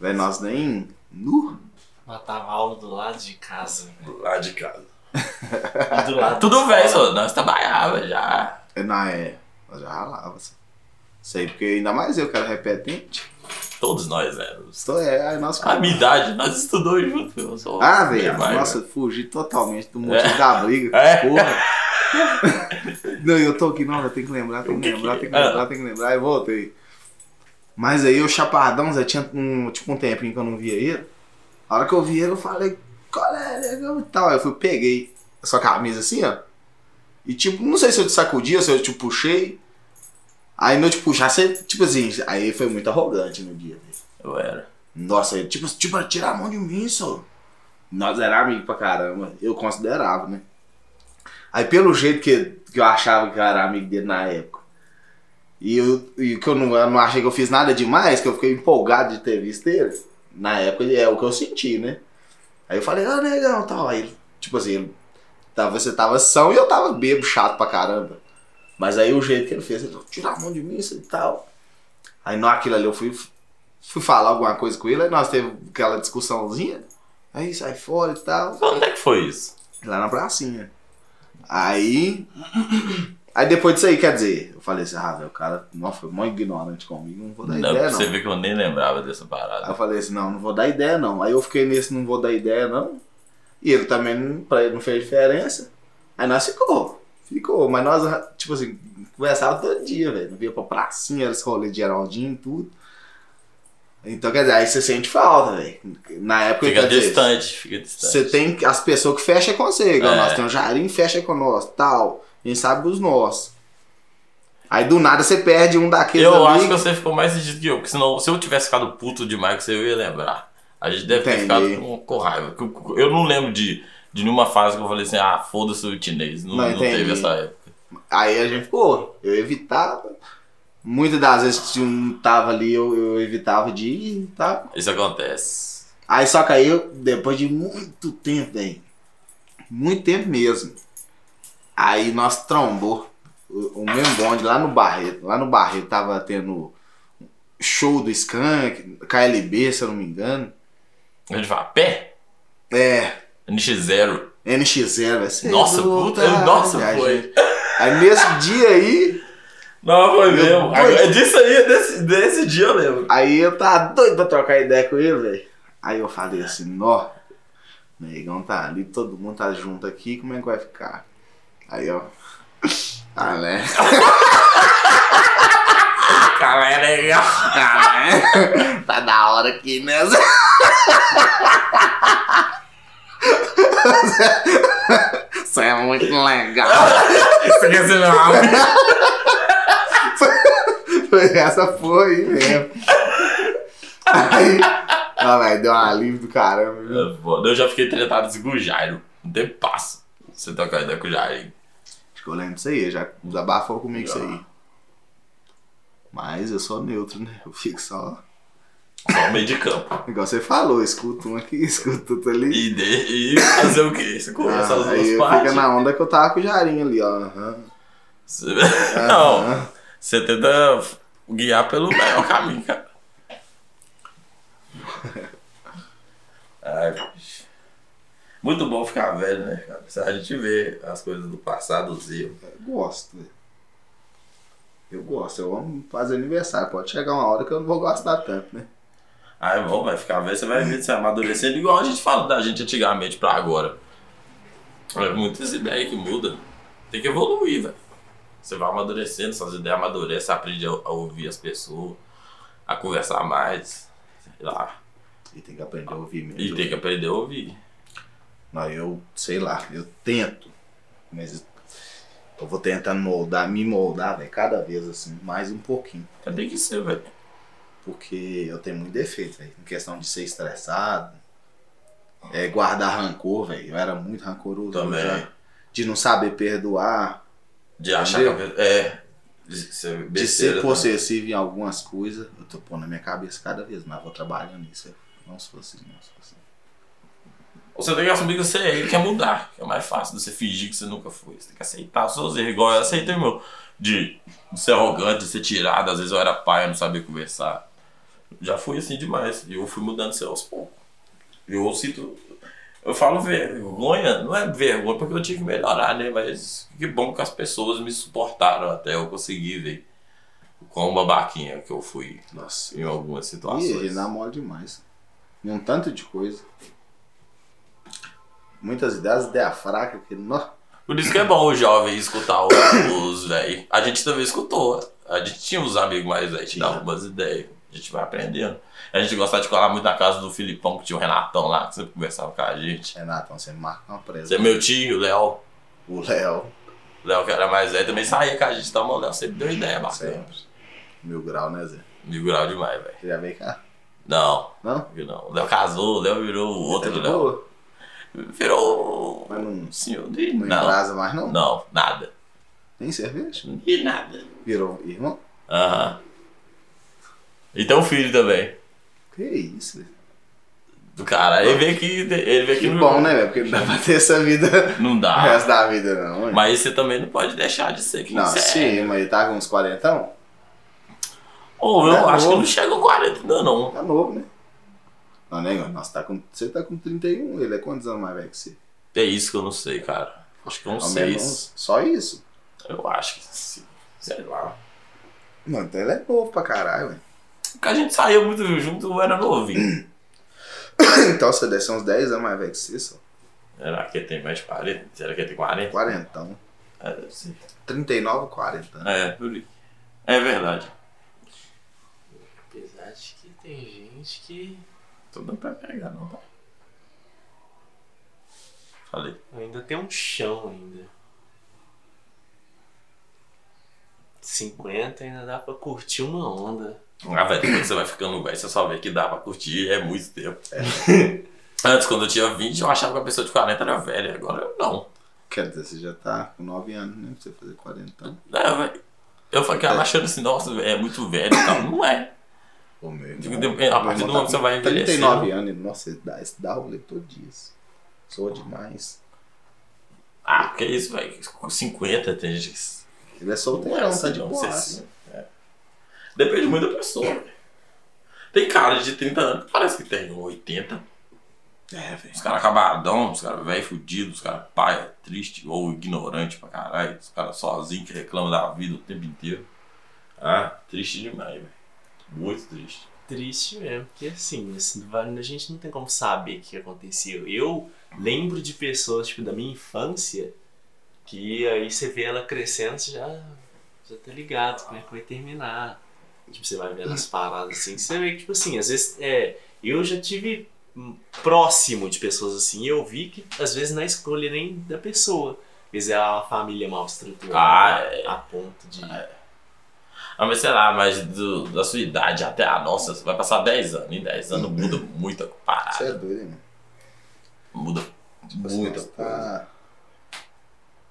S2: Velho, nós nem. Nu?
S3: Matava a aula do lado de casa.
S1: Lá de casa.
S3: E do
S1: [laughs]
S3: lado
S1: Tudo
S3: de
S1: bem,
S3: fora.
S1: só nós trabalhava já.
S2: É, Não, é. Nós já ralava. assim. Sei, porque ainda mais eu que era repetente.
S1: Todos nós éramos.
S2: Então é, aí nós.
S1: A minha idade, nós estudamos juntos. eu sou-
S2: Ah, velho.
S1: demais,
S2: Nossa, fugi totalmente do motivo da briga.
S1: É.
S2: Porra. Não, eu tô aqui, não, eu tenho que lembrar, tenho
S1: O
S2: que
S1: que que
S2: lembrar,
S1: é?
S2: tenho que lembrar, tenho que lembrar. Aí voltei. Mas aí o Chapadão, Zé, tinha um, tipo um tempinho que eu não via ele. A hora que eu vi ele, eu falei, qual é, negão e tal. Aí eu fui, peguei a sua camisa assim, ó. E tipo, não sei se eu te sacudi ou se eu te puxei. Aí no te puxar, você, tipo assim, aí foi muito arrogante no dia. né? velho.
S1: Eu era.
S2: Nossa, ele, tipo, tipo, tirar a mão de mim, só. Nós era amigo pra caramba. Eu considerava, né? Aí pelo jeito que, que eu achava que eu era amigo dele na época. E, eu, e que eu não, eu não achei que eu fiz nada demais, que eu fiquei empolgado de ter visto ele. Na época é o que eu senti, né? Aí eu falei, ah, negão, tal. Aí, ele, tipo assim, ele tava, você tava são e eu tava bebo, chato pra caramba. Mas aí o jeito que ele fez, ele falou, tira a mão de mim, isso e tal. Aí não aquilo ali eu fui, fui falar alguma coisa com ele, aí nós teve aquela discussãozinha. Aí sai fora e tal.
S1: Onde é que foi isso?
S2: Lá na pracinha. Aí. Aí depois disso aí, quer dizer, eu falei assim, ah, velho, o cara não, foi mó ignorante comigo, não vou dar
S1: Não, é
S2: ideia
S1: pra
S2: não.
S1: você ver que eu nem lembrava dessa
S2: Aí eu
S1: parada.
S2: falei assim, não, não vou dar ideia não. Aí eu fiquei nesse, não vou dar ideia não. E ele também, não- pra ele não fez diferença. Aí nós ficou, ficou. Mas nós, tipo assim, conversava todo dia, velho. Não via pra pracinha, era esse rolê de Geraldinho e tudo. Então, quer dizer, aí você sente falta, velho. Na época,
S1: Fica
S2: quer dizer,
S1: distante, fica distante.
S2: você tem as pessoas que fecham com você, igual
S1: É.
S2: nós temos o Jairim, fecha com nós, tal. A gente sabe os nossos. Aí do nada você perde um daqueles
S1: Eu
S2: ali.
S1: acho que você ficou mais sentido que eu, porque senão, se eu tivesse ficado puto demais com você, eu ia lembrar. A gente deve ter
S2: Entendi.
S1: ficado com, com raiva. porque Eu não lembro de, de nenhuma fase que eu falei assim, ah, foda-se o chinês. Não,
S2: Não,
S1: não teve
S2: entendi.
S1: essa época.
S2: Aí a gente ficou, eu evitava. Muitas das vezes que um tava ali, eu, eu evitava de ir, tá?
S1: Isso acontece.
S2: Aí só que aí, eu, depois de muito tempo, velho. Muito tempo mesmo. Aí nós trombou o, o mesmo bonde lá no Barreto. Lá no Barreto tava tendo show do Skank, KLB, se eu não me engano.
S1: A gente fala, pé?
S2: É,
S1: NX0.
S2: NX0, vai ser.
S1: Nossa, puta, nossa, foi.
S2: Aí nesse dia aí,
S1: Não, foi
S2: Meu
S1: mesmo.
S2: Deus.
S1: Agora, é disso aí, desse, desse dia eu lembro.
S2: Aí eu tava doido pra trocar ideia com ele, velho. Aí eu falei assim, nó, negão tá ali, todo mundo tá junto aqui, como é que vai ficar? Aí ó. Ah, né? [laughs]
S1: Cara, é legal. [laughs]
S2: Ah, né? Tá da hora aqui, né? [laughs] Zé? Isso é muito legal.
S1: Você quer ser meu amigo?
S2: Foi Essa foi aí mesmo. Aí, ah, velho, deu um alívio do caramba, viu?
S1: É foda. Eu já fiquei tretado com o Jairo. Não tem passo. Você trocar ideia com o Jairo.
S2: Acho que eu lembro disso aí, já desabafou comigo isso aí. Mas eu sou neutro, né? Eu fico só.
S1: Só meio de campo.
S2: Igual você falou, escuto um aqui, [laughs] escuto outro ali.
S1: E, de- e fazer o quê? Você
S2: Ah,
S1: conversa as
S2: aí
S1: duas
S2: eu
S1: partes.
S2: fico na onda que eu tava com o Jarinho ali, ó. Aham,
S1: Você-
S2: aham.
S1: Não. Você tenta guiar pelo melhor caminho, cara. Ai, bicho. Muito bom ficar velho, né, cara? A gente vê as coisas do passado, os erros.
S2: Eu gosto, velho. Eu gosto, eu amo fazer aniversário. Pode chegar uma hora que eu não vou gostar tanto, né?
S1: Aí, Ah, é bom, vai ficar velho, você vai ver se amadurecendo, igual a gente fala da gente antigamente pra agora. É muitas ideias que mudam. Tem que evoluir, velho. Você vai amadurecendo, suas ideias amadurecem, aprende a a ouvir as pessoas, a conversar mais. Sei lá.
S2: E tem que aprender a ouvir mesmo.
S1: E tem que aprender a ouvir.
S2: Não, eu sei lá, eu tento, mas eu vou tentando moldar, me moldar, velho, cada vez assim, mais um pouquinho.
S1: Tem É que ser, velho.
S2: Porque eu tenho muito defeito, velho. Em questão de ser estressado, é, guardar rancor, velho. Eu era muito rancoroso.
S1: Também.
S2: já. De não saber perdoar,
S1: De achar
S2: Entendeu?
S1: que a pe- É. De ser
S2: de
S1: besteira
S2: ser
S1: também.
S2: possessivo em algumas coisas. Eu tô pondo na minha cabeça cada vez mais, vou trabalhando nisso. velho. Não se fosse, não assim. se fosse.
S1: Você tem que assumir que você é ele que quer mudar. Que é mais fácil do você fingir que você nunca foi. Você tem que aceitar os seus erros. Igual eu aceitei o meu. De ser arrogante, de ser tirado. Às vezes eu era pai, eu não sabia conversar. Já fui assim demais. E eu fui mudando isso aos poucos. Eu sinto. Eu falo vergonha, não é vergonha porque eu tinha que melhorar, né? Mas que bom que as pessoas me suportaram até eu conseguir ver. Com uma baquinha que eu fui
S2: Nossa.
S1: em algumas
S2: Ih,
S1: situações.
S2: ele namora demais. E um tanto de coisa. Muitas ideias, ideia fraca, que nó.
S1: Por isso que é bom o jovem escutar os, os velhos. A gente também escutou. A gente tinha uns amigos mais velhos, te dava umas ideias. A gente vai aprendendo. A gente gostava de colar muito na casa do Filipão, que tinha o Renatão lá, que sempre conversava com a gente.
S2: Renato, você marca uma presa.
S1: Esse é meu tio, o Léo.
S2: O Léo,
S1: O Léo, que era mais velho, também saía com a gente, tá, mas o Léo sempre deu ideia bacana.
S2: sempre. Mil grau, né, Zé?
S1: Mil grau demais, velho.
S2: Você já veio cá?
S1: Não,
S2: Não?
S1: viu não. O Léo casou, o Léo virou o outro
S2: Tá de
S1: Léo.
S2: boa.
S1: Virou. um
S2: Mas não,
S1: Senhor de.
S2: não
S1: Não,
S2: embrasa mais, não?
S1: não, nada.
S2: Nem cerveja?
S1: De nada.
S2: Virou irmão?
S1: Aham. E tem um filho também.
S2: Que isso, velho?
S1: Do cara. Ele veio aqui. Ele veio aqui
S2: Que Ah.
S1: no-
S2: bom, né, velho? Porque não dá pra ter essa vida
S1: Não
S2: o
S1: dá.
S2: resto da vida, não, hein?
S1: Mas você também não pode deixar de ser quem
S2: Não,
S1: você é.
S2: sim, mas ele tá com uns quarentão?
S1: Ou eu
S2: É
S1: acho que
S2: novo.
S1: não chega ao 40 ainda não.
S2: Tá novo, né? Não, nego, nossa, tá com, você tá com 31, ele é quantos anos mais velho que você?
S1: É isso que eu não sei, cara. Acho que uns
S2: Ao menos
S1: 6.
S2: Só isso?
S1: Eu acho que sim. Sei lá.
S2: Mano, então ele é novo pra caralho, velho.
S1: Porque a gente saiu muito junto, eu era
S2: [clears throat]
S1: novinho.
S2: Então você deve ser uns 10 anos mais velho que você, só.
S1: Será que ele tem mais de 40? Será que ele tem 40?
S2: Quarentão.
S1: É, deve ser.
S2: 39, 40. né?
S1: É, por aí. É verdade.
S3: Apesar de que tem gente que
S1: Tô dando pra pegar, não tá? Falei.
S3: ainda tem um chão ainda. 50 ainda dá pra curtir uma onda.
S1: Ah, velho, quando você vai ficando velho, você só vê que dá pra curtir, é muito tempo. [laughs] Antes, quando eu tinha 20, eu achava que a pessoa de 40 era velha, agora eu não.
S2: Quer dizer, você já tá com 9 anos, né? Pra você fazer quarentão.
S1: É, velho. Eu ficava achando assim, nossa, é muito velho e tal. Não é.
S2: Ô, meu
S1: Digo,
S2: irmão,
S1: de- a
S2: meu
S1: partir do momento
S2: irmão tá
S1: que você
S2: com
S1: vai envelhecer.
S2: 39 anos, e, nossa, ele dá, esse dá rolê todo dia. isso. Soa demais.
S1: Ah, que isso, velho. Com 50 tem gente que.
S2: Ele é solteirão, tá de
S1: não,
S2: boa.
S1: 60. É. Depende muito da pessoa. velho. Tem cara de 30 anos que parece que tem 80.
S2: É, velho.
S1: Os caras acabadão, os caras velho fudido, os caras paia, triste ou ignorante pra caralho. Os caras sozinhos que reclamam da vida o tempo inteiro. Ah, triste demais, velho. Muito triste.
S3: Triste mesmo, porque assim, assim, a gente não tem como saber o que aconteceu. Eu lembro de pessoas, tipo, da minha infância, que aí você vê ela crescendo, você já, já tá ligado como é que vai terminar. Tipo, você vai vendo as paradas assim, você vê que, tipo assim, às vezes, é, eu já tive hum, próximo de pessoas assim, e eu vi que, às vezes, não é escolha nem da pessoa. Às vezes é uma família mal estruturada,
S1: Ah, é.
S3: a ponto de...
S1: Ah, mas sei lá, mas do- da sua idade até a nossa, você vai passar 10 anos. Em 10 anos muda muita
S2: Você
S1: parada.
S2: é doido, irmão.
S1: Muda
S2: Tipo assim,
S1: muita
S2: você
S1: coisa.
S2: tá-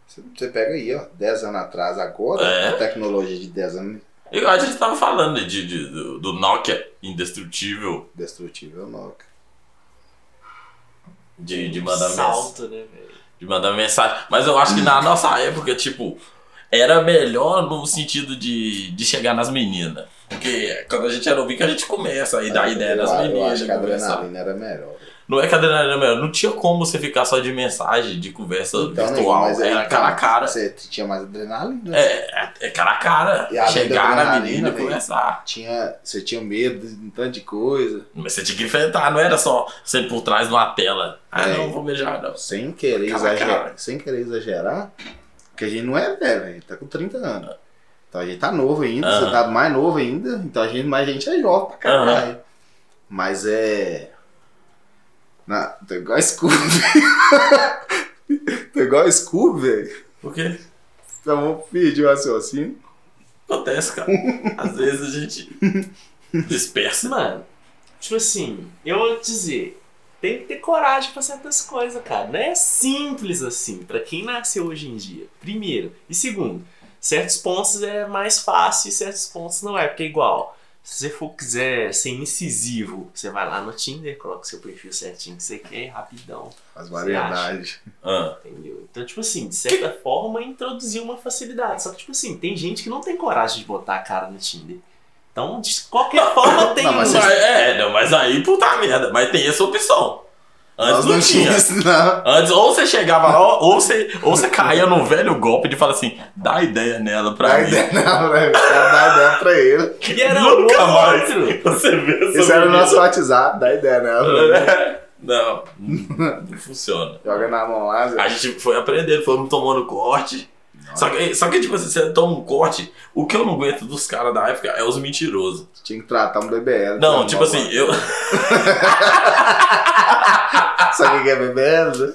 S2: Você você pega aí, ó, 10 anos atrás agora,
S1: É.
S2: a tecnologia de 10 anos
S1: Igual a gente tava falando de, de- do, do Nokia indestrutível,
S2: destrutível, noca.
S1: de, de, mandar mens,
S3: Salto, né, velho?
S1: de mandar mensagem. Mas eu acho que na nossa época, tipo, era melhor no sentido de, de chegar nas meninas. Porque quando a gente era novinho, que a gente começa aí dá a ideia
S2: É, eu,
S1: das
S2: eu
S1: meninas. né,
S2: acho que a
S1: conversar.
S2: adrenalina era melhor. velho.
S1: Não é que a adrenalina era melhor, não tinha como você ficar só de mensagem, de conversa virtual.
S2: mas aí,
S1: era
S2: então,
S1: cara a cara.
S2: Você tinha mais adrenalina. né?
S1: É, é- é cara a cara.
S2: E além
S1: chegar
S2: da
S1: na
S2: adrenalina,
S1: menina e
S2: velho.
S1: conversar.
S2: Tinha, você tinha medo de um tanto de coisa.
S1: Mas você tinha que enfrentar, não era só ser por trás de uma tela. Ah,
S2: É.
S1: não, vou beijar, não.
S2: Sem querer,
S1: Cara,
S2: exagerar,
S1: cara.
S2: sem querer exagerar, porque a gente não é velho, a gente tá com 30 anos. Então a gente tá novo ainda,
S1: Aham.
S2: você tá mais novo ainda, então a gente, mas a gente é jovem pra caralho. Mas é. Na, tô igual a Scooby. [laughs] tô igual a Scooby, velho.
S1: Por quê?
S2: Então vamos pedir o raciocínio.
S1: Acontece,
S2: [laughs]
S1: cara. Às vezes a gente dispersa.
S3: Mano, tipo assim, eu vou te dizer, tem que ter coragem pra certas coisas, cara. Não é simples assim, pra quem nasceu hoje em dia. Primeiro. E segundo, certos pontos é mais fácil e certos pontos não é, porque é igual. Se você for quiser ser incisivo, você vai lá no Tinder, coloca o seu perfil certinho que você quer, rapidão,
S2: As
S3: variedades.
S2: variedades.
S1: Ah,
S3: entendeu? Então, tipo assim, de certa forma, introduzir uma facilidade. Só que, tipo assim, tem gente que não tem coragem de botar a cara no Tinder. Então, de
S2: [laughs]
S3: qualquer forma, tem
S2: Não, mas
S1: mas,
S3: uma.
S1: é, não, mas aí puta merda. Mas tem essa opção. Antes
S2: Nós
S1: não, tinha.
S2: isso, não.
S1: Antes, ou você chegava lá, ou ou você, ou você caía num velho golpe de falar assim, dá ideia nela pra
S2: Dá
S1: mim.
S2: ideia não, velho. Dá ideia pra ele.
S3: E era
S1: Nunca
S3: um
S1: mais.
S3: outro.
S1: [laughs] Você vê essa
S2: Esse era o
S1: menina.
S2: nosso WhatsApp, dá ideia não. velho.
S1: [laughs] Não, não funciona.
S2: Joga na mão lá, Zé.
S1: A gente foi aprendendo, fomos tomando corte. Só que, só que, tipo assim, você toma um corte. O que eu não aguento dos caras da época é os mentirosos.
S2: Tinha que tratar um BBL.
S1: Não,
S2: tá
S1: tipo
S2: bom,
S1: assim,
S2: mano.
S1: eu.
S2: Sabe o que que é BBL?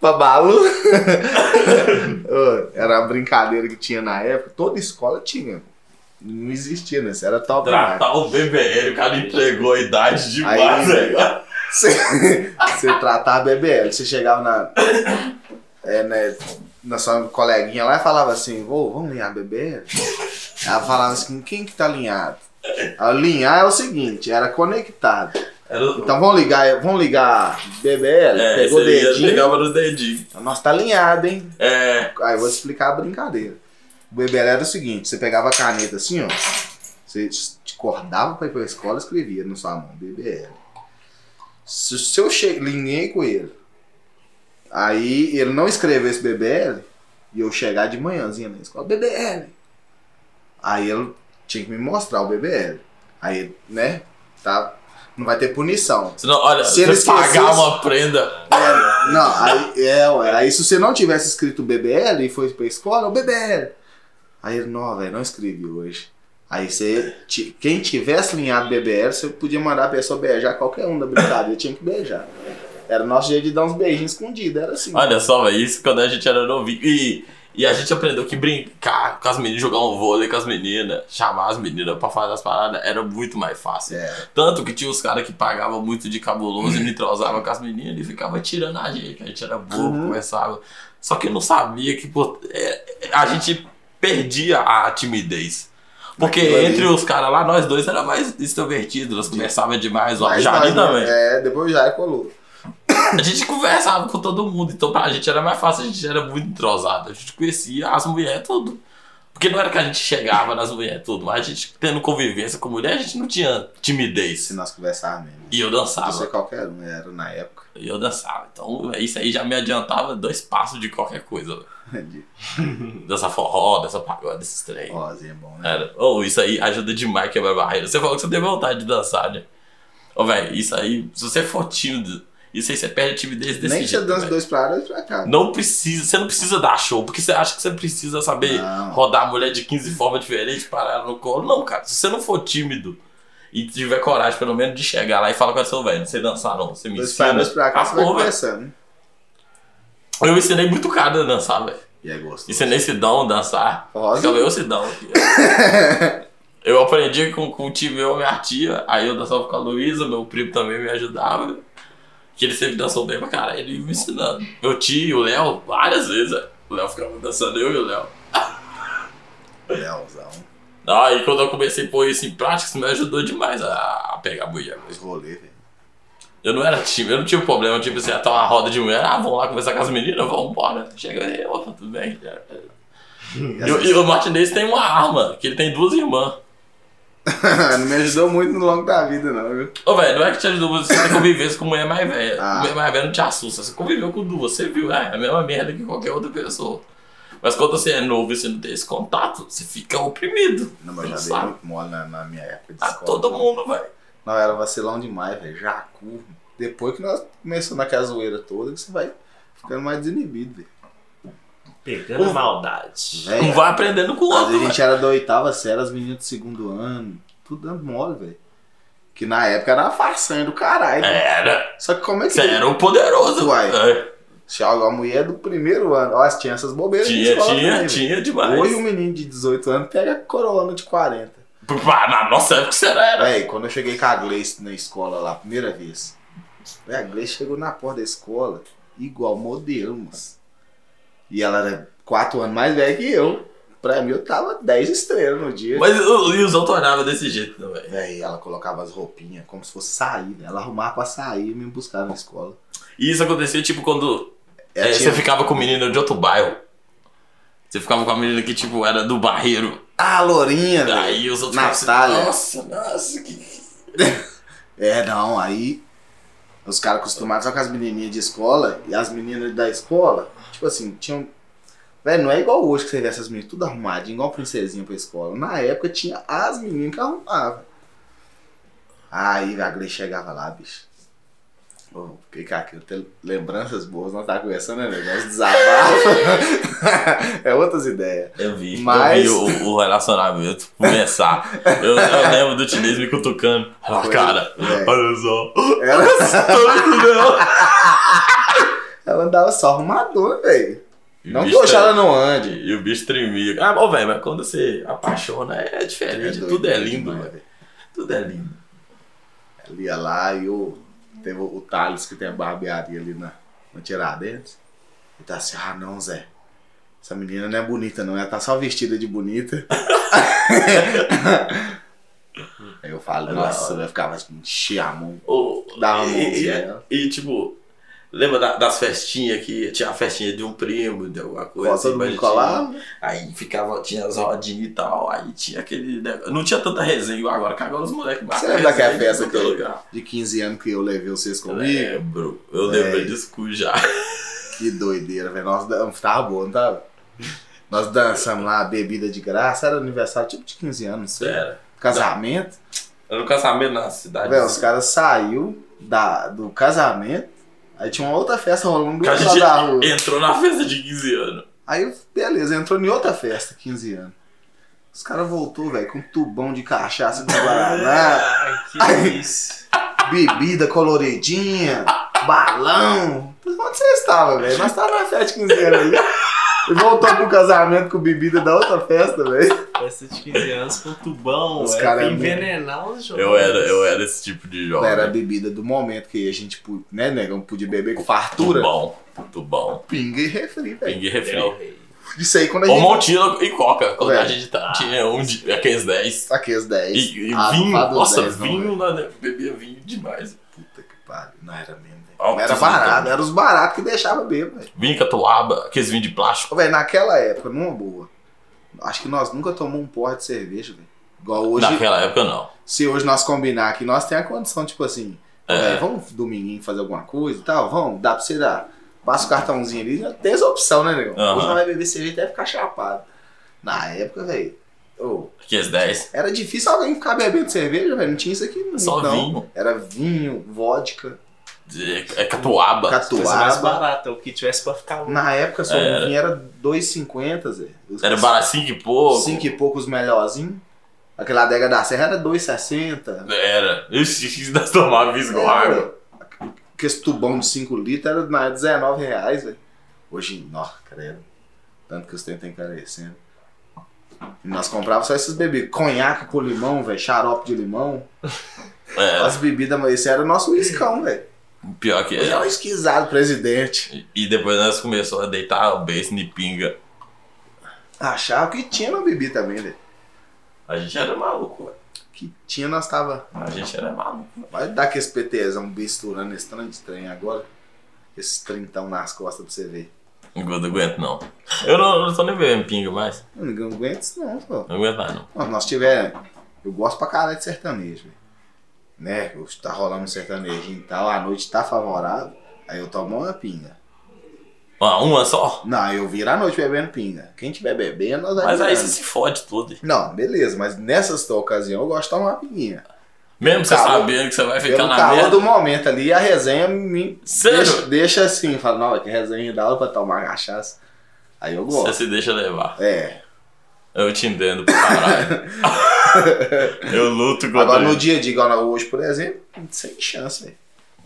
S2: Babalu. Ô, Era uma brincadeira que tinha na época. Toda escola tinha. Não existia, né? Isso era top. demais.
S1: Tratar o BBL, o cara entregou a idade demais,
S2: Aí,
S1: velho.
S2: Você [laughs] você tratava a BBL, você chegava na, é, né, na sua coleguinha lá e falava assim, vô, vamos alinhar a BBL? Ela falava assim, quem que tá alinhado? Alinhar é o seguinte, era conectado.
S1: Era-
S2: Então vamos ligar, vamos ligar BBL,
S1: é,
S2: pegou o
S1: você ia,
S2: dedinho.
S1: chegava no dedinho.
S2: Nós tá alinhado, hein?
S1: É.
S2: Aí eu vou te explicar a brincadeira. O BBL era o seguinte, você pegava a caneta assim, ó. Você te cordava pra ir pra escola e escrevia na sua mão, BBL. Se, se eu che- linhei com ele, aí ele não escreveu esse BBL, e eu chegar de manhãzinha na escola, BBL. Aí ele tinha que me mostrar o BBL. Aí, né, tá, não vai ter punição.
S1: Senão, olha,
S2: Se
S1: se
S2: ele
S1: você pagar
S2: esquecesse-
S1: uma prenda.
S2: É, não, aí, é, ué, aí se você não tivesse escrito BBL e foi pra escola, é o BBL. Aí ele, não, velho, não escrevi hoje. Aí você, ti- quem tivesse linhado BBL, você podia mandar a pessoa beijar qualquer um da brincadeira, tinha que beijar. Era o nosso jeito de dar uns beijinhos escondidos, era assim.
S1: Olha só, velho, isso quando a gente era novinho. E, e a gente aprendeu que brincar com as meninas, jogar um vôlei com as meninas, chamar as meninas pra fazer as paradas, era muito mais fácil.
S2: É,
S1: Tanto que tinha uns caras que pagavam muito de cabuloso
S2: Hum.
S1: e me entrosavam com as meninas e ficava tirando a gente. A gente era burro,
S2: Uhum.
S1: começava. Só que eu não sabia que pô, é, é, a gente perdia a timidez. Porque
S2: Aquilo ali.
S1: entre os caras lá, nós dois era mais extrovertido, nós conversava demais, ó.
S2: mas
S1: Jari
S2: nós, né?
S1: também.
S2: É, depois o Jair colou.
S1: A gente conversava com todo mundo, então pra gente era mais fácil, a gente era muito entrosado. A gente conhecia as mulheres tudo. Porque não era que a gente chegava nas mulheres tudo, mas a gente tendo convivência com mulher, a gente não tinha
S2: Se
S1: timidez.
S2: nós conversávamos mesmo.
S1: E eu
S2: Podia
S1: dançava.
S2: ser qualquer um, era na época. [laughs]
S1: E eu dançava. Então, isso aí já me adiantava dois passos de qualquer coisa. velho.
S2: De
S1: Dançar forró, dançar pagode, desses trem.
S2: rosinha é bom, né?
S1: Era. Ou isso aí ajuda demais a quebrar barreira. Você falou que você tem vontade de dançar, né? Ô, velho, isso aí, se você for tímido, isso aí você perde a timidez É desse
S2: Nem que você
S1: jeito.
S2: dança
S1: velho.
S2: dois pra lá, dois pra cá.
S1: Não precisa, você não precisa dar show, porque você acha que você precisa saber
S2: Não.
S1: rodar a mulher de 15 formas diferentes, parar ela no colo. Não, cara, se você não for tímido e tiver coragem, pelo menos, de chegar lá e falar com a sua velho, não sei dançar, não. Você me
S2: Dois pra lá,
S1: ensina.
S2: dois pra cá, você
S1: Acabou,
S2: vai
S1: velho.
S2: conversando. né?
S1: Eu ensinei muito cara a dançar, velho.
S2: E é gostoso.
S1: Ensinei Sidão a dançar.
S2: Rosa.
S1: Acabei eu Sidão aqui. eu aprendi com, com o time meu, minha tia. Aí eu dançava com a Luísa, meu primo também me ajudava. Que ele sempre dançou bem pra cara, ele ia me ensinando. Meu tio, o Léo, várias vezes. velho. O Léo ficava dançando, eu e o Léo.
S2: Leozão.
S1: Aí quando eu comecei a pôr isso em prática, isso me ajudou demais a, a pegar mulher. velho.
S2: Os rolê, velho.
S1: Eu não era time, eu não tinha problema, tipo assim, tá uma roda de mulher, ah, vamos lá conversar com as meninas, vamos embora. Chega aí, opa, tudo bem. E, o- e o Martinez tem uma arma, que ele tem duas irmãs.
S2: [laughs] não me ajudou muito no longo da vida, não, viu?
S1: Ô, velho, não é que te ajudou, você tem convivência com mulher mais velha.
S2: Ah.
S1: Mulher mais velha não te assusta. Você conviveu com duas, você viu, é a mesma merda que qualquer outra pessoa. Mas quando você é novo e você não tem esse contato, você fica oprimido.
S2: Não, mas eu já dei
S1: sabe?
S2: muito mole na, na minha época de
S1: A
S2: escola.
S1: todo
S2: não.
S1: mundo, velho.
S2: Não, era vacilão demais, velho. Jacu. Depois que nós começamos naquela zoeira toda, que você vai ficando mais desinibido, velho.
S3: Pegando
S2: Ô,
S3: maldade.
S2: velho.
S1: Não vai né? aprendendo com o
S2: Mas
S1: outro,
S2: a
S1: velho.
S2: gente era da oitava série, as meninas do segundo ano. Tudo dando mole, velho. Que na época era uma façanha do caralho.
S1: Era,
S2: Só que como é que.
S1: você era o poderoso.
S2: Uai.
S1: É,
S2: Chegou a mulher do primeiro ano. Ó, tinha essas bobeiras de
S1: tinha,
S2: escola
S1: tinha,
S2: também, velho.
S1: tinha demais.
S2: Hoje um menino de 18 anos pega corona de 40.
S1: Pá, Na nossa época você era. era.
S2: Véi, quando eu cheguei com a Gleice na escola lá, a primeira vez, véi, a Gleice chegou na porta da escola igual modelo, moço. E ela era 4 anos mais velha que eu. Pra mim, eu tava 10 estrelas no dia.
S1: Mas o Wilson tornava desse jeito também.
S2: Véi, ela colocava as roupinhas como se fosse sair, né? Ela arrumava pra sair e me buscar na escola.
S1: E isso acontecia tipo quando
S2: Ela
S1: eh,
S2: É, tinha-
S1: você ficava com menina de outro bairro. Você ficava com a menina que tipo era do barreiro.
S2: Ah, Lourinha, véi.
S1: Aí os outros
S2: Natália.
S1: ficavam assim, Tipo, nossa, nossa, que.
S2: [laughs] É, não, aí os caras acostumados só com as menininhas de escola e as meninas da escola, tipo assim, tinham. Velho, não é igual hoje que você vê essas meninas tudo arrumadinha, igual princesinha pra escola. Na época tinha as meninas que arrumavam. Aí a Gleice chegava lá, bicho. Bom, que que é aquilo? Tem lembranças boas, nós tá conversando, né, velho? Nós desabafa. [laughs] é outras ideias.
S1: Eu vi,
S2: Mas-
S1: eu vi o, o relacionamento começar. eu, eu lembro do chinês me cutucando. Ah, cara,
S2: Velho.
S1: olha só. [laughs]
S2: Ela,
S1: Não.
S2: ela andava só arrumadona, velho. Não
S1: E o
S2: que hoje
S1: bicho é-
S2: ela não ande.
S1: E o bicho tremia. Ah, ô, velho, mas quando você apaixona é diferente.
S2: doido,
S1: Tudo é
S2: doido
S1: lindo,
S2: demais,
S1: velho. Tudo é lindo.
S2: Ela ia lá e o, teve o, o Thales que tem a barbearia ali na, na Tiradentes. E tá assim, ah não, Zé. Essa menina não é bonita não, ela tá só vestida
S1: [laughs]
S2: de bonita. Aí eu falo, nossa, vai ficar mais encher a mão.
S1: Ô,
S2: Dava a
S1: É né?" e,
S2: mãozinha a
S1: e-
S2: ela.
S1: e, tipo, lembra da- das festinhas que tinha a festinha de um primo, de alguma coisa? assim,
S2: Ó, todo
S1: mas
S2: mundo
S1: tinha-
S2: colava.
S1: Aí ficava, tinha as rodinhas e tal, aí tinha aquele negócio. Não tinha tanta resenha igual agora, que agora os moleques
S2: Você lembra daquela festa que
S1: aquele lugar?
S2: de 15 anos que eu levei vocês comigo?
S1: Lembro, eu lembrei
S2: É.
S1: disso cu já.
S2: Que doideira, velho. Nós dan- tava bom, não tava? Nós dançamos lá, bebida de graça, era aniversário tipo de 15 anos, não sei.
S1: Era.
S2: Casamento.
S1: Era no casamento na cidade.
S2: Velho, os caras saiu da, do casamento, aí tinha uma outra festa rolando do
S1: que a
S2: outro lado da rua.
S1: gente entrou na festa de 15 anos.
S2: Aí, beleza, entrou em outra festa, 15 anos. Os caras voltou, velho, com um tubão de cachaça de guaraná,
S3: Ai, que isso.
S2: bebida coloridinha, balão. Onde você estava, velho? Nós tava na festa de 15 anos ali. E voltou pro casamento com bebida da outra festa, velho.
S3: Festa de 15 anos com tubão.
S2: Os
S3: Os
S2: cara é muito-
S3: envenenar os jovens.
S1: Eu era, eu era esse tipo de jovem.
S2: Né, Era a bebida do momento que a gente, pu- né, negão, podia beber com fartura.
S1: Tubão, tubão,
S2: Pinga e refri, velho.
S1: pingue e refri.
S3: É o rei.
S2: Isso aí quando a
S1: Ou
S2: gente.
S1: Montila e Coca, quando a
S2: Velho.
S1: gente tá- tinha um de, aqueles 10.
S2: Aqui as 10.
S1: E, e
S2: Ah,
S1: vinho,
S2: lá dos
S1: nossa,
S2: 10, não,
S1: vinho, lá, né? bebia vinho demais.
S2: Puta que pariu. Não era mesmo, velho.
S1: Altos
S2: era barato,
S1: então.
S2: era os baratos que deixava bebo, velho.
S1: Vinho catuaba, aqueles vinhos de plástico.
S2: Ô, velho, naquela época, numa boa. Acho que nós nunca tomamos um porra de cerveja, velho. Igual hoje.
S1: Naquela época não.
S2: Se hoje nós combinar que nós temos a condição, tipo assim,
S1: É.
S2: velho, vamos dominguinho fazer alguma coisa e tal, vamos, dá pra você dar. Passa o cartãozinho ali, já tem essa opção, né, negão?
S1: Aham.
S2: Hoje não vai beber cerveja até ficar chapado. Na época, velho. ô,
S1: Aqueles 10.
S2: era difícil alguém ficar bebendo cerveja, velho. Não tinha isso aqui, não.
S1: Só
S2: não.
S1: vinho.
S2: Era vinho, vodka,
S1: de- É catuaba.
S3: Coisa mais
S2: catuaba.
S3: barata, o que tivesse pra ficar um.
S2: Na época, só
S1: Era.
S2: o vinho era 2,50, Zé. Os-
S1: Era baratinho que pouco.
S2: Cinco e poucos melhorzinho. Aquela adega da Serra era 2,60.
S1: Era. Eu esqueci de tomar visgo água.
S2: Era. Que esse tubão de 5 litros era na 19 reais, velho. Hoje, nossa, credo. Tanto que os tempos tá encarecendo. E nós comprávamos só esses bebidas. Conhaque com limão, velho. Xarope de limão.
S1: Era.
S2: As bebidas, mas esse era o nosso uiscão, velho.
S1: Pior que
S2: Hoje é um
S1: era.
S2: esquisado, presidente.
S1: E depois nós começamos a deitar o beijo e pinga.
S2: Achava que tinha na bebida também, velho.
S1: A gente era maluco, velho.
S2: Que tinha, nós tava.
S1: A gente era maluco.
S2: Vai dar que esse PTzão misturando esse trem de trem agora. Esses trintão nas costas pra você ver.
S1: Eu não aguento, não. Eu não, eu não tô nem bebendo pinga mais.
S2: Eu não aguento isso não, pô.
S1: Não aguento mais, não.
S2: Não, nós tiver. Eu gosto pra caralho de sertanejo, velho. Né? eu- Tá rolando um sertanejinho e tal, a noite tá favorável. Aí eu tomo uma pinga.
S1: Uma, uma só.
S2: Não, aí eu viro a noite bebendo pinga. Quem tiver bebendo, nós
S1: Mas aí
S2: virando.
S1: você se fode todo.
S2: Não, beleza, mas nessas ocasião eu gosto de tomar uma pinguinha.
S1: Mesmo você
S2: Calor.
S1: sabendo que você vai ficar
S2: Pelo
S1: na
S2: calor
S1: merda.
S2: do momento ali, a resenha me deixa,
S1: Sério?
S2: deixa assim, fala, não, é que resenha dá pra tomar cachaça. Aí eu
S1: Você
S2: gosto.
S1: se deixa levar.
S2: É.
S1: Eu te entendo pra
S2: [laughs]
S1: caralho. eu luto contra
S2: Agora no
S1: isso.
S2: dia a dia, igual na- hoje, por exemplo, sem chance, velho.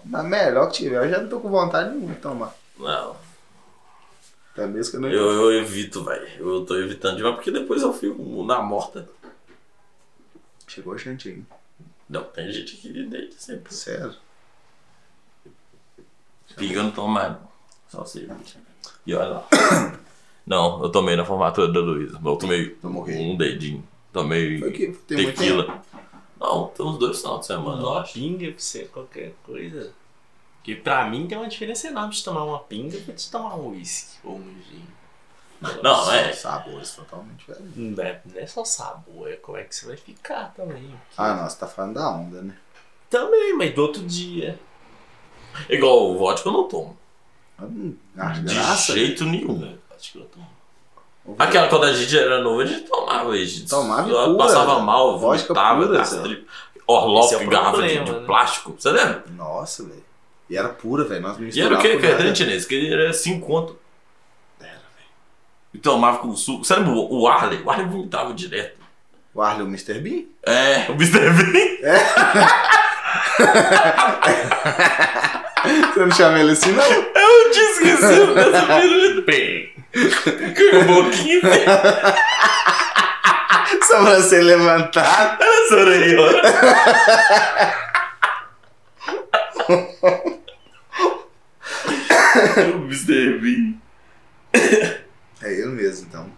S2: Na melhor que tiver, eu já não tô com vontade nenhuma de tomar.
S1: Não,
S2: Até mesmo que eu não.
S1: eu, eu evito, velho. Eu tô evitando demais, porque depois eu fico na morta.
S2: Chegou a gente aí.
S1: Não, tem gente que deita sempre.
S2: Sério.
S1: Pinga eu não tomo mais, não. Só cerveja. E olha lá. [coughs] Não, eu tomei na formatura da Luísa. Eu tomei
S2: Tô morrendo.
S1: um dedinho. Tomei
S2: Foi que é? tem muito tempo.
S1: tequila. Não, tem uns dois final de semana, eu
S3: Uma
S1: acho.
S3: pinga pra você, qualquer coisa. Porque pra mim tem uma diferença enorme de tomar uma pinga pra de tomar um uísque ou um gin.
S1: Não, é.
S2: Sabores totalmente diferentes.
S3: Não é, não é só sabor, é como é que você vai ficar também. Porque-
S2: Ah, não, você tá falando da onda, né?
S3: Também, mas do outro dia.
S1: Igual o vodka eu não tomo.
S2: Eu Ah, não acho
S1: De
S2: graça.
S1: jeito nenhum.
S3: né? Acho que eu tomo.
S2: Ô, velho,
S1: Aquela quando a gente era novo, a gente tomava, a gente
S2: Tomava
S1: só
S2: pura,
S1: passava
S2: velho.
S1: mal,
S2: Vodka
S1: vomitava,
S2: pura,
S1: das
S2: Zé.
S1: tripas. Orlov
S3: Esse é o
S1: em garrafa de- de,
S3: problema, né?
S1: plástico. Você lembra?
S2: Nossa, velho. E era pura, velho. Nós
S1: E era o que? Que era
S2: misturávamos.
S1: chinês? Que era 5 conto. E tomava com suco. Você lembra o o Arley? O Arley vomitava direto.
S2: O Arley, o Mr. Bean? [laughs]
S1: É, o Mr. Bean.
S2: Você não chama ele assim, não?
S1: Eu tinha esquecido dessa pirulita. Bem. Com um o boquinho dele.
S2: Sobrancelha levantada.
S1: Olha essa hora aí, ó. [laughs] O Mr. Bean.
S2: É ele mesmo, então.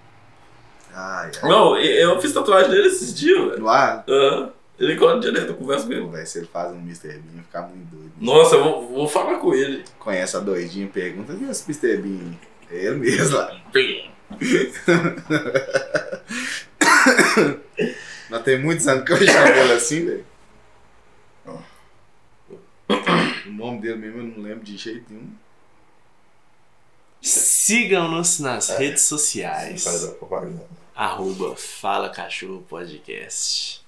S2: Ai, ai.
S1: Não, eu fiz tatuagem dele esses dias, velho.
S2: No ar?
S1: Ah, ele corre direto, eu converso com ele.
S2: Vai se ele faz um Mr. Bean, ficar muito doido.
S1: Nossa, eu vou, vou falar com ele.
S2: Conhece a doidinha, pergunta, e esse Mr. Bean? É ele mesmo lá. Nós tem muitos anos que eu chamo ele assim, velho. O nome dele mesmo eu não lembro de jeito nenhum.
S3: Sigam-nos nas redes
S1: Faz
S2: um-
S3: sociais.
S1: a propaganda.
S3: Arroba Fala Cachorro Podcast.